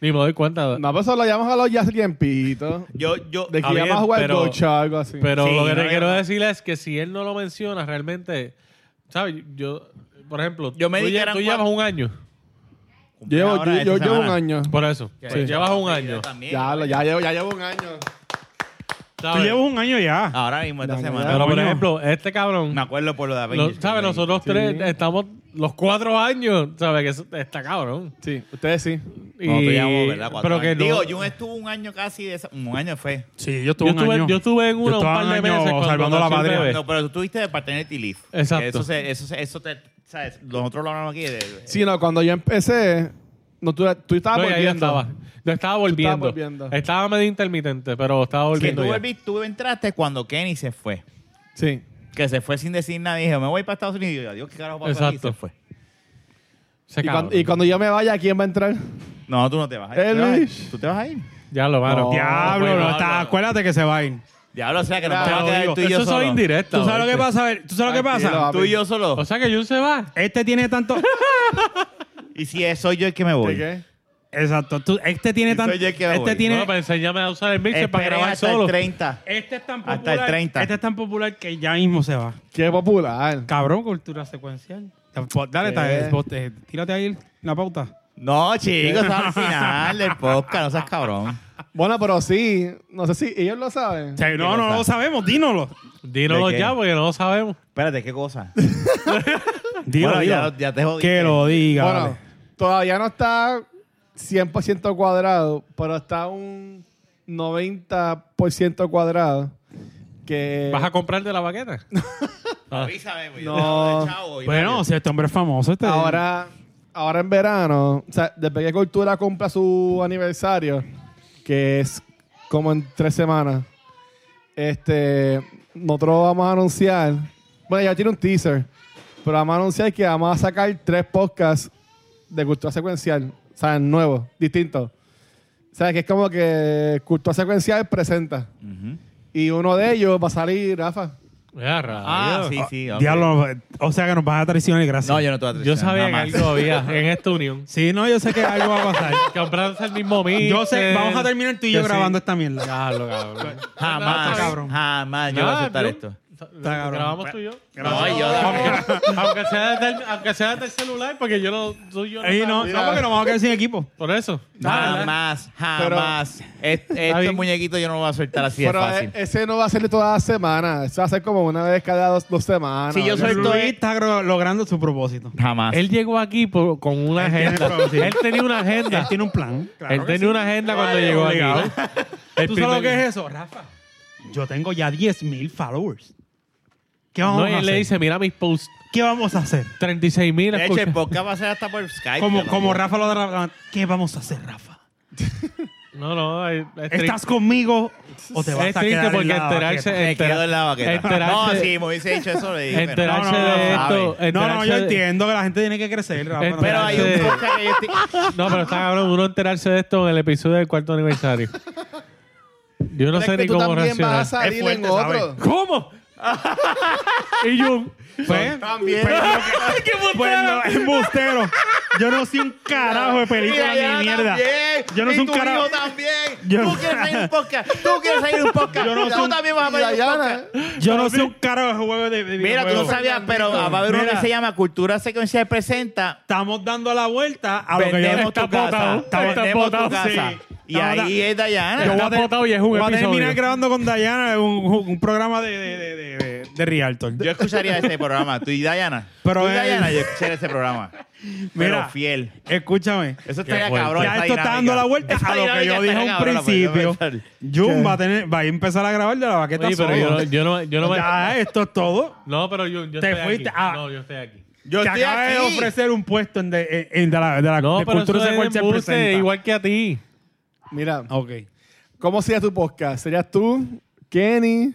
ni me doy cuenta.
No, pues eso lo llamamos a los ya hace tiempito.
Yo, yo,
De
Ah,
que íbamos a
bien,
jugar
pero-
gocha o algo así.
Pero
Sí,
lo que
no,
te
yo-
quiero decir es que si él no lo menciona, realmente, ¿sabes? Yo, por ejemplo,
Yo me
tú,
di que
lle-
eran
tú llevas
cuatro.
un año.
yo llevo,
Ahora,
yo-
esta
yo llevo un
semana.
año.
Por eso.
Ya,
Pues
ya.
llevas un
Sí,
año.
yo también.
Ya, lo- ya, llevo, ya llevo un año.
Tú
¿sabes?
llevas un año ya.
Ahora mismo, esta
Ya,
semana.
ya.
Pero, por
Coño.
ejemplo, este cabrón,
Me acuerdo por lo de
lo-
Avengers.
¿sabes? Nosotros
Sí.
tres estamos los cuatro años, ¿sabes? Que eso- está cabrón.
Sí, ustedes sí.
Y,
No, te llamo, ¿verdad? Cuatro
pero que
años. Digo,
no-
Jun estuvo un año casi de esa- Un año fue.
Sí, yo
yo,
estuve un
estuve,
año.
yo estuve en
Yo
una un
estaba
par
un
de
año
meses cuando
salvando la
nació el
patria.
bebé.
No, pero tú tuviste de Paternity Leaf.
Exacto.
Eso, se, eso, se- eso te... ¿Sabes? Nosotros lo hablamos aquí. De, de-
Sí, no, cuando yo empecé, no, tú, tú estabas
No, ya yo
volviendo.
estaba. Yo estaba volviendo.
estabas volviendo.
Estaba medio intermitente, pero estaba
que
volviendo
tú,
ya.
volviste, tú entraste cuando Kenny se fue.
Sí.
Que se fue sin decir nada. Dije, me voy para Estados Unidos. Y yo, Dios, ¿qué carajo pasó aquí?
Exacto.
Y se fue.
Ese
Y cuando,
cabrón.
y cuando yo me vaya, ¿quién va a entrar?
No, tú no te vas a ir. ¿Tú
Eh,
te vas a ir?
Luis.
¿Tú te vas a ir?
Ya lo mano.
No.
Diablo,
Pues,
no,
no,
está-
no, no.
acuérdate que se va a ir.
Diablo, o sea que nos vamos
Te
a
lo
quedar
digo.
tú y yo
Eso son
solo.
indirectas.
¿Tú sabes lo que
¿oíste?
pasa? A ver, ¿Tú sabes lo que pasa?
Tranquilo.
Tú y yo solo.
O sea que Jun se va.
Este tiene tanto...
Y si es- soy yo el que me voy.
¿Qué?
Exacto. tú- este tiene
Y
tanto...
soy yo el que me
Este
voy.
tiene...
No, para enseñarme a usar el mixer para
Esperen
grabar
hasta
solo.
el 30.
Este es tan
Hasta el
popular...
30.
Este es tan popular que ya mismo se va.
Qué popular.
Cabrón, cultura secuencial. Pues, Dale,
¿Qué?
ta- bote, tírate ahí la pauta.
No, chicos, estamos al final del podcast, no seas cabrón.
Bueno, pero sí, no sé si ellos lo saben.
O sea, no, no,
cosa?
lo sabemos, dínoslo.
Dínoslo
¿De qué?
ya porque no lo sabemos.
Espérate, ¿qué cosa?
Dilo,
Bueno, ya
dilo.
lo- ya te jodí.
Que lo diga.
bueno,
vale.
todavía no está 100% cuadrado, pero está un 90% cuadrado. Que
¿Vas a comprar de la baqueta? Ah.
Avísame, pues, güey.
No.
Chao, y
Bueno, si este hombre es famoso, este.
ahora, ahora en verano, o sea, desde que Cultura compra su aniversario, que es como en tres semanas, este, nosotros vamos a anunciar, bueno, ya tiene un teaser, pero vamos a anunciar que vamos a sacar tres podcasts de Cultura Secuencial, o sea, nuevos, distintos. O sea, que es como que Cultura Secuencial presenta.
Ujú.
Y uno de ellos va a salir, Rafa.
Ya,
Ah,
rayos.
sí, sí. ok.
Diablo, o sea que nos vas a traicionar, gracias.
No, yo no te voy a
Yo
traicionar,
sabía que
jamás.
algo había en esta unión.
Sí, no, yo sé que algo va a pasar.
Comprarse el mismo mixer.
yo sé, vamos a terminar tú y yo
que sí.
grabando esta mierda.
Diablo, cabrón.
Jamás,
Está cabrón.
jamás yo voy a aceptar esto.
cabrón.
Grabamos tú y yo.
No, yo
Aunque, aunque sea desde el, aunque sea desde el celular, porque yo no soy yo.
Ey, no, no, porque nos vamos a quedar sin equipo.
Por eso.
Jamás, jamás. Est- estos
bien.
muñequitos yo no los voy a soltar así de
Pero
eh,
fácil.
e- ese no va a ser de todas las semanas. Eso va a ser como una vez cada dos, dos semanas.
Si yo
Algo
soy
así.
todo-
Luis está gro- logrando su propósito.
Jamás.
Él llegó aquí por- con una
Él tiene
agenda.
problemas, sí.
Él tenía una
Él
agenda.
tiene un plan.
Él tenía una agenda cuando
Vale,
llegó
obligado.
aquí. El
¿Tú sabes lo
primer-
que es eso, Rafa? Yo tengo ya 10.000 followers. ¿Qué vamos
No,
a
él le
hacer?
dice, mira mis posts.
¿Qué vamos a hacer?
36 mil.
de hecho, el podcast va a ser hasta por Skype.
Como,
cabrón.
como Rafa lo de ¿Qué vamos a hacer, Rafa?
No, no. Es, es tri-
¿Estás conmigo o te vas
es
a
triste
quedar en
porque
la
enterarse,
banqueta?
Me quedo en la baqueta.
enterarse-
No, sí, me hubiese dicho eso. Le dije, pero-
enterarse
No, no,
de
no,
esto.
sabe.
No, no,
enterarse
yo
de-
entiendo que la gente tiene que crecer, Rafa. no
Pero
te-
hay un
Sí.
podcast que yo estoy...
No, pero está cabrón uno enterarse de esto en el episodio del cuarto aniversario. Yo no
Pero es
sé
que
ni
tú
cómo
también
reaccionar.
vas a salir
Es fuerte,
Ah, en otro.
¿sabes?
¿Cómo? y yo,
Pues,
También.
pues, lo que- pues, no, embustero. Yo no soy un carajo de película
Mira,
ni
ya
mierda.
también.
Yo no
Y
soy un
tu
carajo.
hijo también.
Yo-
Tú quieres salir un podcast. Tú quieres salir un podcast.
Yo no
tú
soy un-
también vas a
Y
salir un
Dayana,
podcast.
Yo no soy un carajo de juego de, de
Mira, tú no
videojuegos.
sabías, pero va a haber uno
Mira.
que se llama Cultura Secuencial Presenta.
Estamos dando la vuelta a lo que yo
Vendemos
Está
tu casa.
botado, está
Vendemos tu
botado,
casa.
sí.
Y ahí es Dayana.
Yo- Está botado y es un
voy a
episodio.
terminar grabando con Dayana un, un programa de, de, de, de, de, de Realtor.
Yo escucharía ese programa. Tú y Dayana.
Pero
tú y
es-
Dayana, yo escucharía ese programa.
Mira.
Pero fiel.
Escúchame.
Eso estaría
fuerte.
cabrón.
ya
esa
esto está
dinámica.
dando la vuelta
Esa
a lo que
dinámica
yo
está
dije en un
cabrón, pues,
principio.
no me-
Jun va a, tener, va a empezar a grabar de la baqueta
Oye, pero
solo.
yo, no- yo no, yo no me...
Ya, esto es todo.
No, pero yo, yo
Te
estoy
fuiste,
aquí.
ah.
No, yo estoy aquí.
Yo
te
estoy
acaba de
aquí.
ofrecer un puesto en de, en de la, de la
No,
de
pero
cultura
eso es
secuencial
embuste,
presenta.
igual que a ti.
Mira,
Ok.
¿cómo sería tu podcast? ¿Serías tú, Kenny,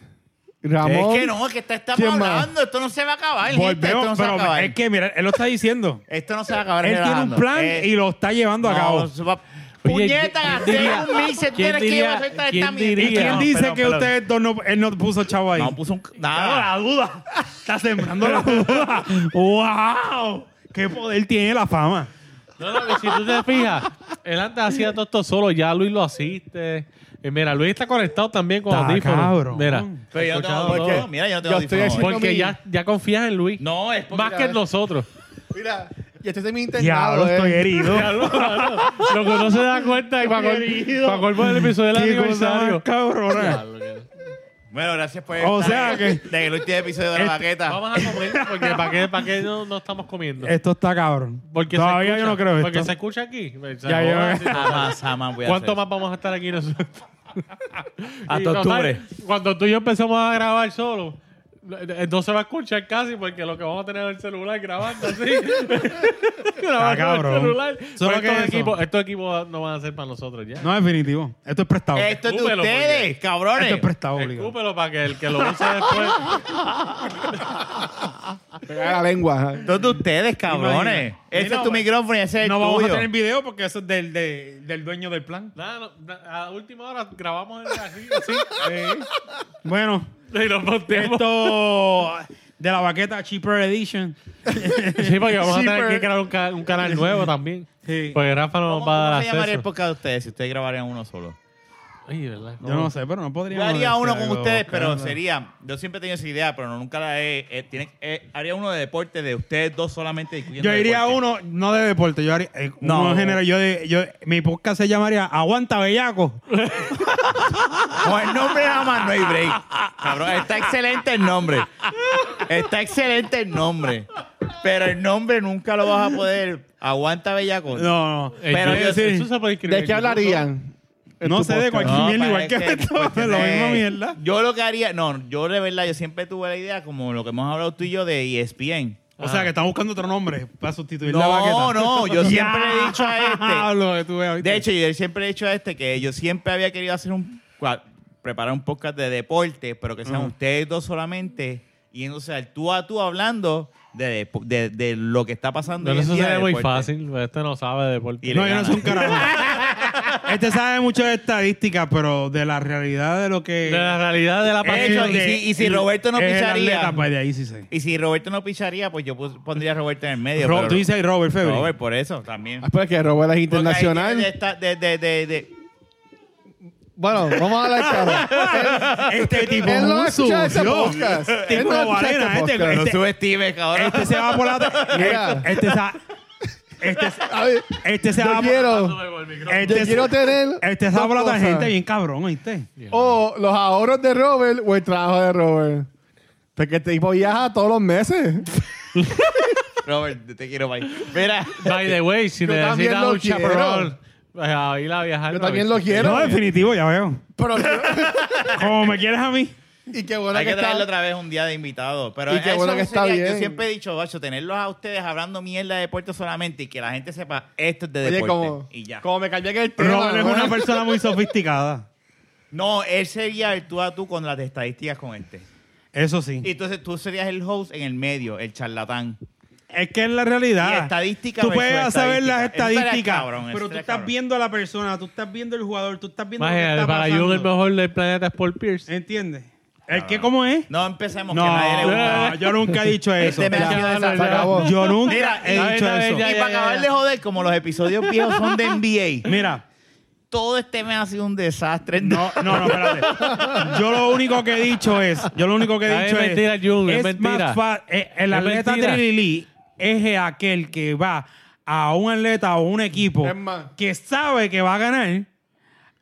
Ramón?
Es que no, es que está, estamos
¿Quién más?
hablando. Esto no se va a acabar. gente,
Volvemos,
esto no se va a
pero
acabar.
es que mira, él lo está diciendo.
Esto no se va a acabar.
él tiene un
relajando.
plan
Eh,
y lo está llevando a
no,
cabo.
se va-
Oye,
Puñeta,
¿quién
hacer
diría-
un mix
quién
entero es que iba a
diría-
soltar
quién
esta mierda.
diría-
¿Y quién
no,
dice
perdón,
que
perdón.
ustedes dos no, él no puso chavo ahí?
No puso un.
Claro,
Nada.
la duda. Está sembrando la duda. ¡Wow! ¿Qué poder tiene la fama?
No, no, que si tú te fijas, él antes hacía todo esto solo, ya Luis lo asiste. Eh, mira, Luis está conectado también con
Está
audífonos.
cabrón.
Mira,
Pero yo no tengo.
escuchado
audífonos.
todo.
Mira, yo no
Yo
tengo.
estoy
audífonos.
haciendo-
porque ya, ya confías en Luis.
No, es porque.
más que en nosotros.
Mira, este yo estoy semi-internado.
Diablo,
eh.
estoy herido.
Lo que no se da cuenta y para
Querido.
col- para colmo del episodio del
¿Qué cosa
aniversario.
más cabrona?
Bueno, gracias por.
O
estar
sea
en-
que-
En el último episodio de la baqueta.
Vamos a comer porque para qué, para qué no, no estamos comiendo.
Esto está cabrón.
Porque se
Eh, Todavía yo
escucha-
no creo
Porque
esto.
se escucha aquí. O sea,
Ya, yo-
vamos a decir-
Jamás, jamás Ah, voy a
¿Cuánto
hacer
más vamos a estar aquí nosotros?
Hasta
Y, o sea,
octubre.
Cuando tú y yo empezamos a grabar solo, Eh, No se va a escuchar casi porque lo que vamos a tener es el celular grabando así.
Ah,
grabando
cabrón.
el celular.
Solo
Pero
que
estos,
eso.
equipos, estos equipos no van a ser para nosotros ya.
No, definitivo. Esto es prestado.
Esto es de
Escúpelo,
ustedes, Eh, cabrones.
Esto es prestado, obligado.
Escúpelo para que el que lo use después.
Pega la lengua. ajá.
Esto es de ustedes, cabrones.
Imagina.
Ese
Sí, no,
es tu
pues,
micrófono y ese es el
No vamos a
tuyo.
tener video porque eso es del, de- del dueño del plan.
Nada, no, na- a última hora grabamos el así, así
Eh, bueno,
y nos monteamos.
esto de la baqueta Cheaper Edition.
Sí, porque vamos a tener
Cheaper.
que crear un, ca- un canal nuevo también.
Sí.
Porque Rafa no nos
¿Cómo,
va a
cómo
dar
se llamaría el
acceso.
podcast de ustedes si ustedes grabarían uno solo?
Ay, ¿verdad?
Yo no sé, pero no podría.
Yo haría uno con ustedes, pero sería... Yo siempre he tenido esa idea, pero nunca la he... eh, tiene- eh, haría uno de deporte de ustedes dos solamente discutiendo
Yo iría a
deporte.
uno, no de deporte, yo haría. eh,
No.
uno en general, yo, de- yo- mi podcast se llamaría Aguanta Bellaco.
Con el nombre nada más no hay break. Cabrón, está excelente el nombre. Está excelente el nombre. Pero el nombre nunca lo vas a poder. Aguanta, bellaco.
No, no.
Eh,
Pero
yo-
yo
eso
sí.
se puede escribir
¿De
en
qué
YouTube,
hablarían? en
No
tu
sé de
podcast?
cualquier mierda, igual que
parece
esto,
pues,
lo mismo
eh,
mierda.
Yo lo que haría, no, yo de verdad, yo siempre tuve la idea, como lo que hemos hablado tú y yo, de E ESPN.
O sea, que están buscando otro nombre para sustituir la baqueta.
Ah. No, no, yo siempre le he dicho a este.
Hablo eh, de tu
De hecho, yo siempre he dicho a este que yo siempre había querido hacer un cua- preparar un podcast de deporte, pero que sean
Ajá.
ustedes dos solamente yéndose al tú a tú hablando de, depo- de, de lo que está pasando.
No,
hoy en
eso
día
sería
de
muy
deporte.
fácil. Este no sabe de deporte.
Y le
No, yo no
gana.
soy un carajo. Este sabe mucho de estadística, pero de la realidad de lo que.
De la realidad de la
Eh, hecho,
pasión.
y si- y si Roberto no
es el
picharía.
atleta, pues de ahí sí sé.
Y si Roberto no picharía, pues yo pus- pondría a Roberto en el medio.
Ro-
pero-
tú dices Robert Febre.
Robert, por eso también.
Ah, espera, que Robert es
Porque ahí
internacional.
tiene De, esta- de, de, de, de-
Bueno, vamos a hablar claro.
Este tipo es
Él no
un
escucha ese
sucio.
este podcast.
Tipo
Él no escucha
Valera,
este
este-
podcast.
No subestimes, cabrón.
Este se va por la.
Mira.
Este, este sa- Este,
A ver,
este se
yo
va
quiero, yo
Este, se-
quiero tener
este se va
dos
por la
cosas.
tangente bien cabrón, ¿oíste?
O los ahorros de Robert o el trabajo de Robert. Porque este tipo viaja todos los meses.
Robert, te quiero, bye. Mira.
By the way, si
Yo también
necesitas
lo
un
quiero.
chaperón pues, a ir a viajar.
Yo
no
también
avisas.
lo quiero.
No, definitivo, ya veo.
pero
Como me quieres a mí.
y qué bueno
Hay
que,
que traerlo
está.
otra vez un día de invitado. Pero
Y qué
eso
bueno que está
sería-
bien.
Yo siempre he dicho, bacho, tenerlos a ustedes hablando mierda de deporte solamente y que la gente sepa esto es de
Oye,
deporte.
como,
y ya.
como me cambié que el tema.
Robert es
¿no?
una persona muy sofisticada.
No, él sería el tú a tú con las estadísticas con este.
Eso sí.
Y entonces tú serías el host en el medio, el charlatán.
Es que es la
Y
realidad.
estadística
Tú
versus
puedes saber
estadística.
las
Eso estaría
estadísticas,
cabrón, eso
pero tú
estaría
estás
cabrón.
viendo a la persona, tú estás viendo el jugador, tú estás viendo lo que
Imagínate,
está
para Jung el
pasando.
mejor del planeta es Paul Pierce.
¿Entiendes? ¿El que cómo es?
No empecemos
No,
Ah, que a nadie le gusta.
no, yo nunca he dicho eso.
Este me
Ya,
ha sido
ya,
desastre.
Se acabó.
Yo nunca
Mira,
he
ya,
dicho
ya, ya,
eso.
Y
ya,
para acabar
ya.
de joder, como los episodios viejos son de NBA,
Mira,
todo este me ha sido un desastre.
no, no, no, espérate. Yo lo único que he dicho es, yo lo único que he
Ay,
dicho
es mentira, Jun, es
es
mentira.
más fa- eh, el
Es
atleta
mentira.
Trilili es aquel que va a un atleta o un equipo
Es más.
que sabe que va a ganar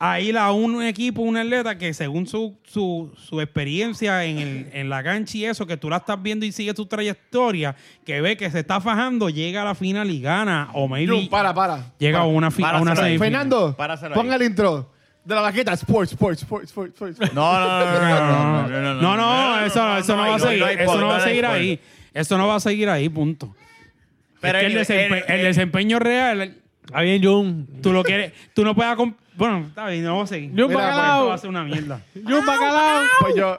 a ir a un equipo, un atleta que según su, su, su experiencia en, el- en la cancha y eso, que tú la estás viendo y sigue su trayectoria, que ve que se está fajando, llega a la final y gana, o maybe
Jun, para, para.
llega a una, fi-
Para,
a una
para.
semifinal.
Fernando,
Páraselo
ponga
ahí.
el intro de la baqueta. Sports, sports, sports, sports, sports.
No, no, no, no, no, no,
No, no, eso no, eso no va a
hay-
seguir,
hay
eso
spoiler,
no va a
hay
seguir
spoiler.
ahí. Eso no va a seguir ahí, punto.
Pero
es que el,
el-
desempe-
el-
el desempeño real,
Está bien, Jun.
tú lo quieres, tú no puedes acom- bueno, está bien, no va a seguir.
Yo un
Mira, pues,
bacalao.
esto va a ser una mierda.
Jun Bacalao.
Pues yo.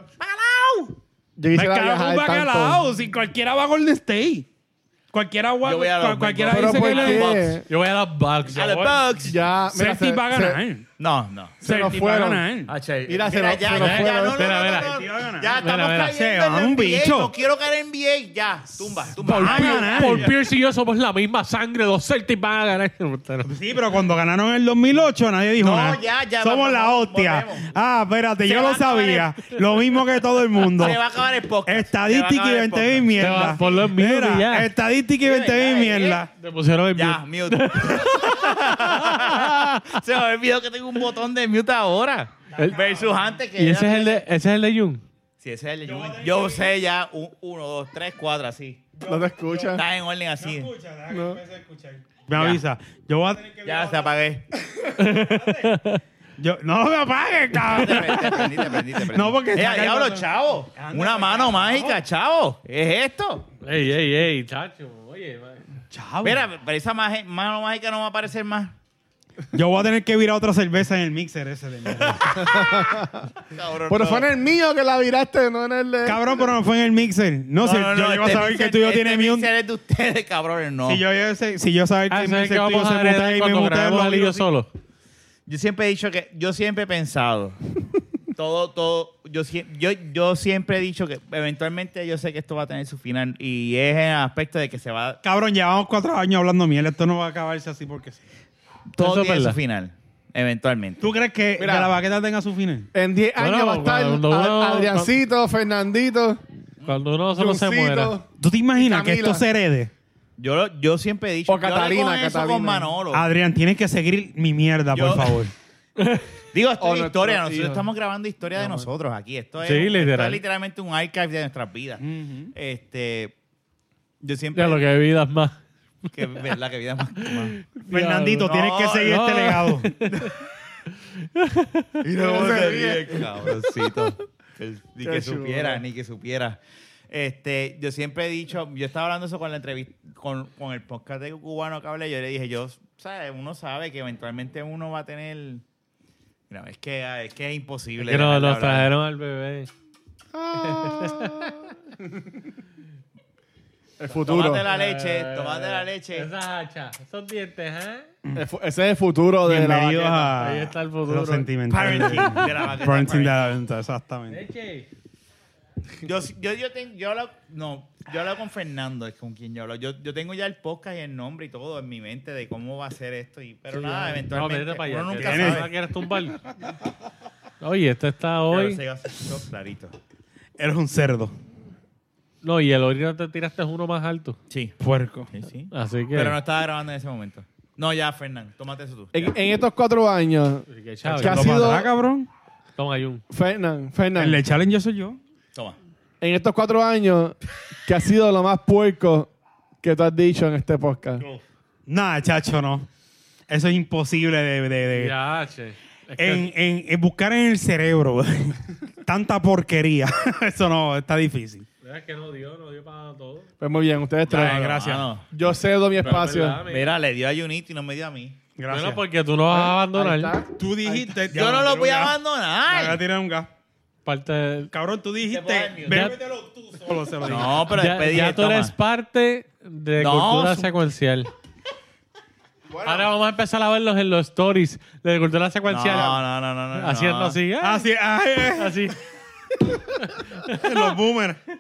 Yo quisiera
Bacalao, un
viajar tanto.
bacalao, si cualquiera va a Golden State. Cualquiera va,
Yo voy a los
cual- cualquiera
Bucks.
dice
Pero
que
¿por
le
qué?
Yo voy a las Bucks.
A
yo
los
voy.
Bucks.
Ya, mira,
Celtic
se-
va a
se-
ganar.
No, no.
se
Celtic
nos
va a
fueron.
ganar.
Ah, che.
Mira, se
Mira,
nos-
ya,
se
ya,
nos
ya,
fueron.
no, no,
Espera,
no,
espera.
no, no.
Mira, mira.
Ya estamos
mira.
cayendo
Se va
en
un
NBA.
bicho.
No quiero caer en NBA. Ya, tumba, tumba.
Por-
Ah,
Van a ganar.
Paul Pierce y yo somos la misma sangre. Los Celtics van a ganar.
Sí, pero cuando ganaron en el 2008 nadie dijo
No,
nada.
ya, ya,
Somos
vamos,
la
vamos,
hostia.
volvemos.
Ah, espérate,
Se
yo
va a
lo
acabar
sabía. Lo mismo que todo el mundo.
Se va a acabar el podcast. Se va
Estadística
a
y
acabar el
20 mil
podcast.
Te
mierda.
vas por los mute y ya.
Mira, estadística y 20 mil
ya, eh.
mierda.
Te pusieron el
Ya,
mute.
mute. Se me olvidó que tengo un botón de mute ahora.
El-
Versus antes que
Y ese es
era-
el de, ese es el de Jun.
Sí, ese es el de Jun. Yo sé ya un- uno, dos, tres, cuatro, así.
No te escuchan.
Está en orden así.
Me avisa. Yo voy a tener que
Ya se apagué.
Yo, no me apaguen, cabrón.
Dependí, dependí, dependí.
No, porque
Eh,
saca el
diablo,
botón.
chavo.
Anda,
Una
saca,
mano mágica, chavo. ¿Es esto?
Ey, ey, ey, chacho. Oye, ma-
Chavo.
Mira, pero esa maje- mano mágica no va a aparecer más.
Yo voy a tener que virar otra cerveza en el mixer ese de mierda.
Cabrón,
Pero
no.
fue en el mío que la viraste, no en el de.
Cabrón, pero no fue en el mixer. No, sé, yo llego
este
a saber que
mixer-
tú y yo
este
tienes mi un.
mixer es de ustedes, cabrones, no.
Si
yo...
yo, yo sé- si yo saber que
Ah,
el
¿sabes qué
mixer tuyo
vamos
se
a
mutea
agregar
y me
cuando
mutea
grabemos
los
al yo
libros.
solo?
siempre he dicho que... Yo siempre he pensado... Todo, todo... Yo, sie- yo, yo siempre he dicho que eventualmente yo sé que esto va a tener su final y es en el aspecto de que se va...
Cabrón, llevamos cuatro años hablando miel. Esto no va a acabarse así porque sí.
Todo
Eso es
tiene su
verdad.
final, eventualmente.
¿Tú crees que
Mira.
de la vaqueta tenga su final?
En 10
Bueno,
años va a estar
cuando uno-
Ad- Adriancito, Fernandito,
Cuando uno solo se
Juncito.
muera.
¿Tú te imaginas
Camila.
que esto se herede?
Yo, lo- yo siempre he dicho...
O
yo hablé
Catalina,
con eso
Catalina. Ah,
con Manolo.
Adrián, tienes que seguir mi mierda,
Yo-
por favor.
Digo, esto
O
es
nuestro
historia. Nosotros
hijo.
estamos grabando historia de nosotros aquí. Esto es,
Sí,
esto es
literal.
literalmente un archive de nuestras vidas. Este, yo siempre...
Ya lo que vidas más.
que es verdad que vida más... más-
Fernandito,
no,
tienes que seguir
no.
este legado.
Y
no se
cabroncito. Que- Ni que
Qué
supiera,
chulo.
ni que supiera. Este, yo siempre he dicho, yo estaba hablando eso con la entrevista, con, con el podcast de cubano que hablé, yo le dije, yo, ¿sabes? Uno sabe que eventualmente uno va a tener. No, es que es que es imposible.
Que nos,
dejar de
nos
hablar.
trajeron al bebé.
el futuro.
Tómate la leche, tómate la
Eh,
leche.
Esas hachas, esos dientes, ¿eh?
El fu- ese es el futuro de la
Bienvenidos
vaqueta.
a
Ahí está el futuro.
los sentimentales.
Parenting de la vaqueta.
Parenting de la venta, exactamente.
Leche.
Yo, yo, yo, tengo, yo hablo, no, yo hablo con Fernando, es con quien yo hablo. Yo, yo tengo ya el podcast y el nombre y todo en mi mente de cómo va a ser esto. Y, pero nada,
No,
eventualmente.
vete para allá.
uno
que
nunca
te-
sabe.
¿verdad quieres tumbar? Oye, este está hoy.
Pero se hizo clarito.
Eres un cerdo.
No, y el orino te tiraste uno más alto.
Sí.
Puerco.
sí.
Así que.
Pero no estaba grabando en ese momento. No, ya, Fernando, tómate eso tú.
Eh,
En, en estos cuatro años,
Así que, chavo,
¿Qué ha
Lo
sido-
pasará, cabrón.
Toma, Jun.
Fernan,
El
Fernan,
de challenge soy yo.
Toma.
en estos cuatro años, ¿qué ha sido lo más puerco que tú has dicho en este podcast?
Nada, chacho, no. Eso es imposible de... de-
Eh,
de-
Ya, che. Es que-
En, en- en buscar en el cerebro tanta porquería. Eso no, está difícil.
es que no dio, no dio para todo.
Pues muy bien, ustedes tres.
Ay, gracias.
mano.
Yo cedo mi espacio.
verdad, mira.
Mira, le dio a Junito y no me dio a mí.
Gracias.
Bueno, porque tú no vas a
Ahí
abandonar.
está.
tú dijiste...
Yo no lo voy a abandonar.
tirar un gas.
Parte de-
Cabrón, tú
Te puedo dar
dijiste...
mute.
Bébetelo tú solo, se lo dije.
No, pero
ya,
después
ya
dije,
tú eres
toma.
parte de
No,
cultura
su-
secuencial. Ahora vamos a empezar a verlos en los stories de cultura secuencial.
No, no, no, no, no.
haciendo
no.
así, ¿eh?
Así es.
así.
Los boomers. eh.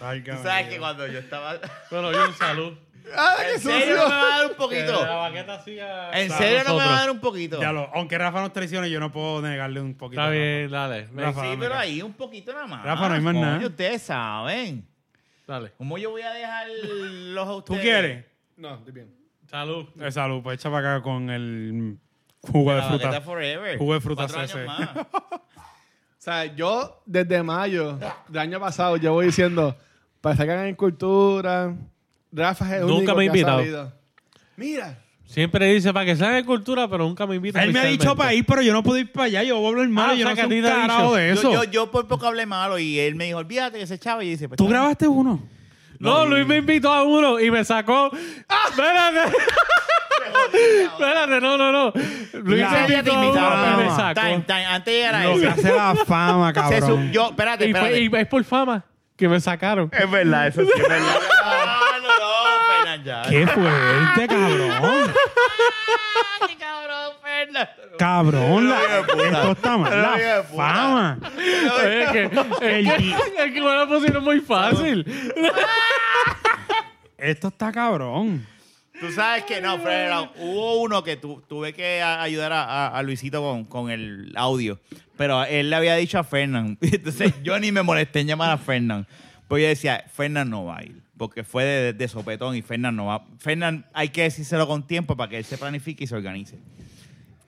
Ay,
Tú sabes que cuando yo estaba.
Bueno, Jun, salud.
¡Ah, qué
¿En serio no me
sucio!
va a dar un
Que
poquito?
la baqueta siga
¿En
a
serio no me va a
nosotros.
dar un poquito?
Ya lo- aunque Rafa nos traicione, yo no puedo negarle un poquito.
Está
a Rafa.
bien, dale. ven,
Rafa.
Sí,
dame
pero
acá.
ahí un poquito nada más.
Rafa, no hay más
Coño,
nada.
Ustedes saben.
dale.
¿Cómo yo voy a dejar los a
¿Tú
ustedes?
quieres?
No, estoy bien.
Salud.
Eh, salud, pues echa para acá con el jugo de
La vaqueta
fruta.
forever.
Jugo de fruta
Cuatro años
CC.
más.
O sea, yo desde mayo del año pasado yo voy diciendo, para sacar en cultura, Rafa es el
Nunca me
único
ha
que ha
invitado.
salido. Mira.
Siempre dice para que salga de cultura, pero nunca me invita.
Él me ha dicho para ir, pero yo no pude ir para allá. Yo voy a hablar mal.
Ah, o
yo
sea,
no
que
sé
a ti
un
te ha
carajo
dicho.
de eso.
Yo, yo, yo por poco hablé malo y él me dijo, olvídate que ese chavo. Y yo dice, pues,
¿Tú
está bien.
grabaste uno?
No, Luis me invitó a uno y me sacó. Espérate. Espérate, no, no, no. Luis
Ya,
me
ya te
invitó a
invitaron,
uno y me
mamá.
sacó.
Time, time. Antes de llegar a
Lo que
eso.
hace la fama,
se
cabrón.
sub- Yo, espérate,
Y, fue-
espérate.
y es por fama que me sacaron.
Es verdad, eso sí es verdad. Ah, no, no, Fernan, ya.
Qué fuerte, cabrón.
Ay, cabrón, Fernan.
Cabrón, la-
Pero, hijo de puta.
esto está mal.
Pero,
La
hijo de puta.
fama.
Oye, es que, es que, es que me lo pusieron muy fácil.
Esto está cabrón.
Tú sabes que no, Fernan. Hubo uno que tu- tuve que a- ayudar a, a- a Luisito con, con el audio. Pero él le había dicho a Fernan. Entonces yo ni me molesté en llamar a Fernan. Pues yo decía, Fernan no va a ir. Porque fue de, de sopetón y Fernan no va. Fernan hay que decírselo con tiempo para que él se planifique y se organice.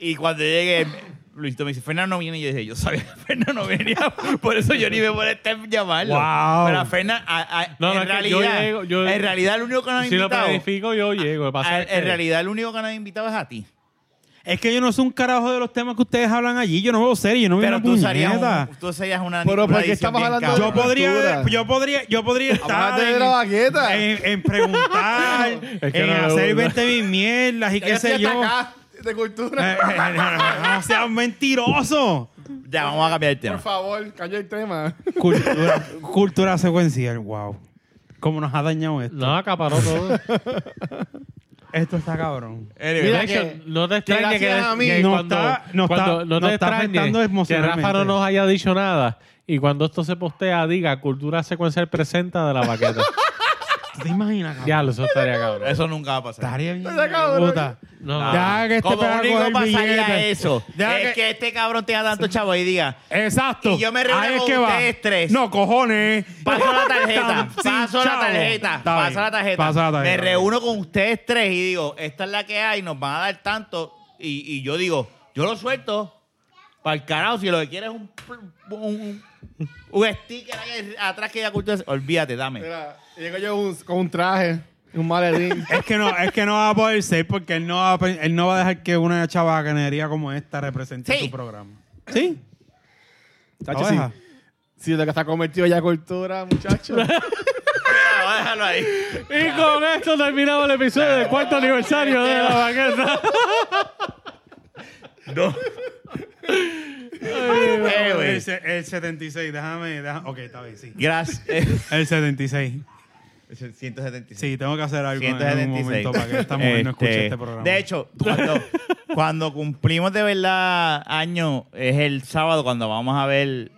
Y cuando llegué, Luisito me dice, Fernando no viene. Y yo dije, yo sabía que Fernando no venía. Por eso yo ni me molesté en llamarlo.
Wow.
Pero a Fernan, a- a-
No, no,
en,
es que yo
realidad,
llego- yo-
en realidad, el único que nos ha
Si lo
invitado. Ah,
planifico, yo llego.
a- en realidad, el único que nos ha invitado es a ti.
Es que yo no soy un carajo de los temas que ustedes hablan allí. Yo no veo serie, yo no veo
Pero
una
tú serías,
puñeta.
un- tú serías una.
Pero, ¿por
una
qué
edición
estamos
bien
hablando de-
Yo
cabrona.
podría,
Cultura.
yo podría, yo podría estar
Aparte de la baqueta.
en, en preguntar,
Es que
en
no me
hacer
gusta.
20 mil mierdas y qué
Ese
sé yo.
acá de cultura.
Eh, eh, no, no seas mentiroso.
Ya, vamos a cambiar el tema.
Por favor, calla el tema.
Cultura, cultura secuencial, wow. ¿Cómo nos ha dañado esto?
No, acaparó todo.
Esto está cabrón.
Anyway,
Mira
De hecho,
que-
no te extrañe que,
gracias a mí
que
nos
cuando,
está- nos
cuando-
está-
no te
nos está
extrañe
afectando
que Rafa no
emocionalmente.
nos haya dicho nada y cuando esto se postea diga cultura secuencial presenta de la baqueta.
¿Tú te imaginas, cabrón?
ya, eso estaría cabrón.
Eso nunca va a pasar.
Estaría bien.
Está cabrón.
puta.
No.
Ya que este
Como
pega a
único
coger
pasaría
billetes.
eso.
Ya
es que...
que-
este cabrón tenga tanto chavo y diga,
Exacto.
Y yo me reúno
Ahí es
con
que va.
ustedes tres.
No, cojones.
paso la tarjeta,
Tan- sí,
paso la
chavo.
tarjeta,
Está
paso
bien,
la tarjeta.
pasa la
Me
tarjeta.
reúno con ustedes tres y digo, esta es la que hay, nos van a dar tanto. Y, y yo digo, yo lo suelto para el carajo. Si lo que quieres es un, un, un sticker ahí atrás que ya cultura. Olvídate, dame.
Mira, llego yo un- con un traje, un maletín.
Es que no, es que no va a poder ser porque él no va a, pe- él no va a dejar que una chabacanería como esta represente
Sí.
su programa. Sí.
Tacho, sí.
Abeja.
Sí, lo que está convertido ya a cultura, muchacho.
Vamos a dejarlo Ah, ahí.
Y con esto terminamos el episodio del cuarto aniversario de la baqueta.
Eh,
Anyway,
El, se- el 76, déjame, déjame. Ok, está bien, sí.
Gracias.
El 76.
Es el 176.
Sí, tengo que hacer algo en algún
176.
momento para que esta mujer no escuche este programa.
De hecho, cuando, cuando cumplimos de verdad año, es el sábado cuando vamos a ver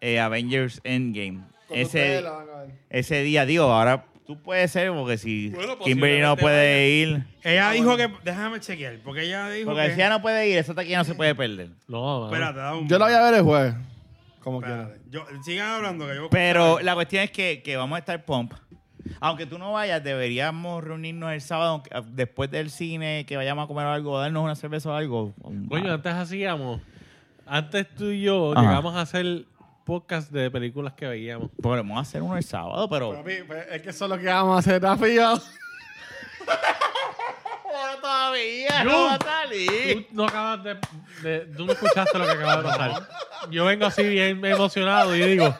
eh, Avengers Endgame.
Cuando
Ese,
ustedes la van a ver.
ese día, digo, ahora tú puedes ser, porque si
Bueno,
Kimberly no
posiblemente
puede ir,
ella dijo que. Déjame chequear, porque ella dijo
porque
que.
si ella no puede ir, esa taquilla no se puede perder.
No, mano.
Espérate, dame un.
Yo la voy a ver el jueves. Como quiera.
Espérate. Yo, sigan hablando que yo.
Pero la cuestión es que, que vamos a estar pomp. Aunque tú no vayas, deberíamos reunirnos el sábado aunque- ah, después del cine, que vayamos a comer algo, darnos una cerveza o algo. Ah,
Coño, antes hacíamos. Antes tú y yo
Ajá.
llegamos a hacer podcast de películas que veíamos.
Podemos hacer uno el sábado, pero.
Papi, pues, es que eso es lo que vamos a hacer, Rafa y yo.
Pero todavía
Yo-
no va a salir.
Tú no acabas de, de- Tú no escuchaste lo que acaba de pasar. Yo vengo así bien emocionado y digo.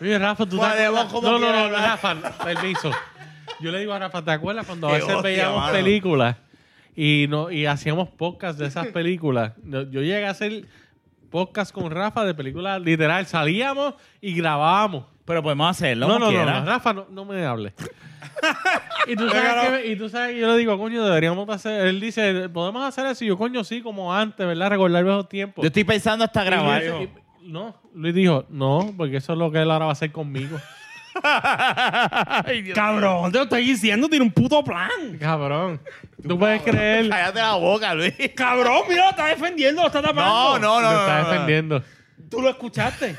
Oye, Rafa, tú te
Podemos
acuerdas-
como
No, no, no,
quieras hablar.
Rafa, permiso. Yo le digo a Rafa, ¿te acuerdas cuando a
Qué
veces
hostia,
veíamos
mano.
películas y, no, y hacíamos podcast de esas películas? No, Yo llegué a hacer podcast con Rafa de películas literal. Salíamos y grabábamos.
Pero podemos hacerlo.
No,
como
no, no,
quiera.
no, Rafa, no, no me hable. y, tú
Pero
sabes que,
no.
me- y tú sabes que yo le digo, coño, deberíamos hacer. Él dice, podemos hacer eso. Y yo, coño, sí, como antes, ¿verdad? Recordar viejos tiempos.
Yo estoy pensando hasta
Y
grabar.
Luis- y- no, Luis dijo, no, porque eso es lo que él ahora va a hacer conmigo.
Ay, Dios.
Cabrón, te lo estoy diciendo, tiene un puto plan.
Cabrón. Tú puedes creer.
Cállate la boca, Luis.
Cabrón, mira, lo está defendiendo, lo está
No,
tapando.
no, no.
Lo
no,
está
no, no.
defendiendo.
Tú lo escuchaste.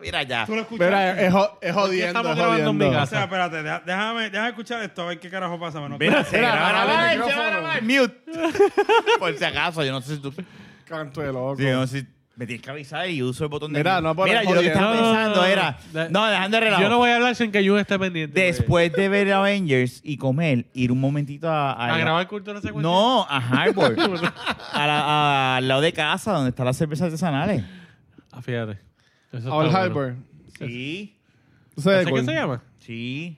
Mira ya.
Tú lo escuchaste.
Mira, es, jo- es jodiendo.
estamos
es
grabando en mi
jodiendo.
o
casa?
sea, espérate, deja- déjame, déjame escuchar esto, a ver qué carajo pasa. mano.
Mira, se
Mira,
graba,
abre
graba,
el
se va a grabar. Mute. Por si acaso, yo no sé si tú.
Canto de loco.
Sí, yo no sé si- Me tienes que avisar y uso el botón de.
Mira,
mute.
no por-
Mira, yo lo que
jodiendo.
estaba
No, no, no,
pensando
no.
era.
De-
No, dejando de relajo.
Yo no voy a hablar sin que yo esté pendiente.
Después de ver Avengers y comer, ir un momentito a. a-
A grabar cultura secuencial.
No, a Harbor. a la- a- al lado de casa, donde están las cervezas artesanales.
Ah, fíjate. Eso
All
está bueno.
Harbor.
Sí,
¿Tú
¿Sabes
sabes
qué
cuál?
se llama?
sí.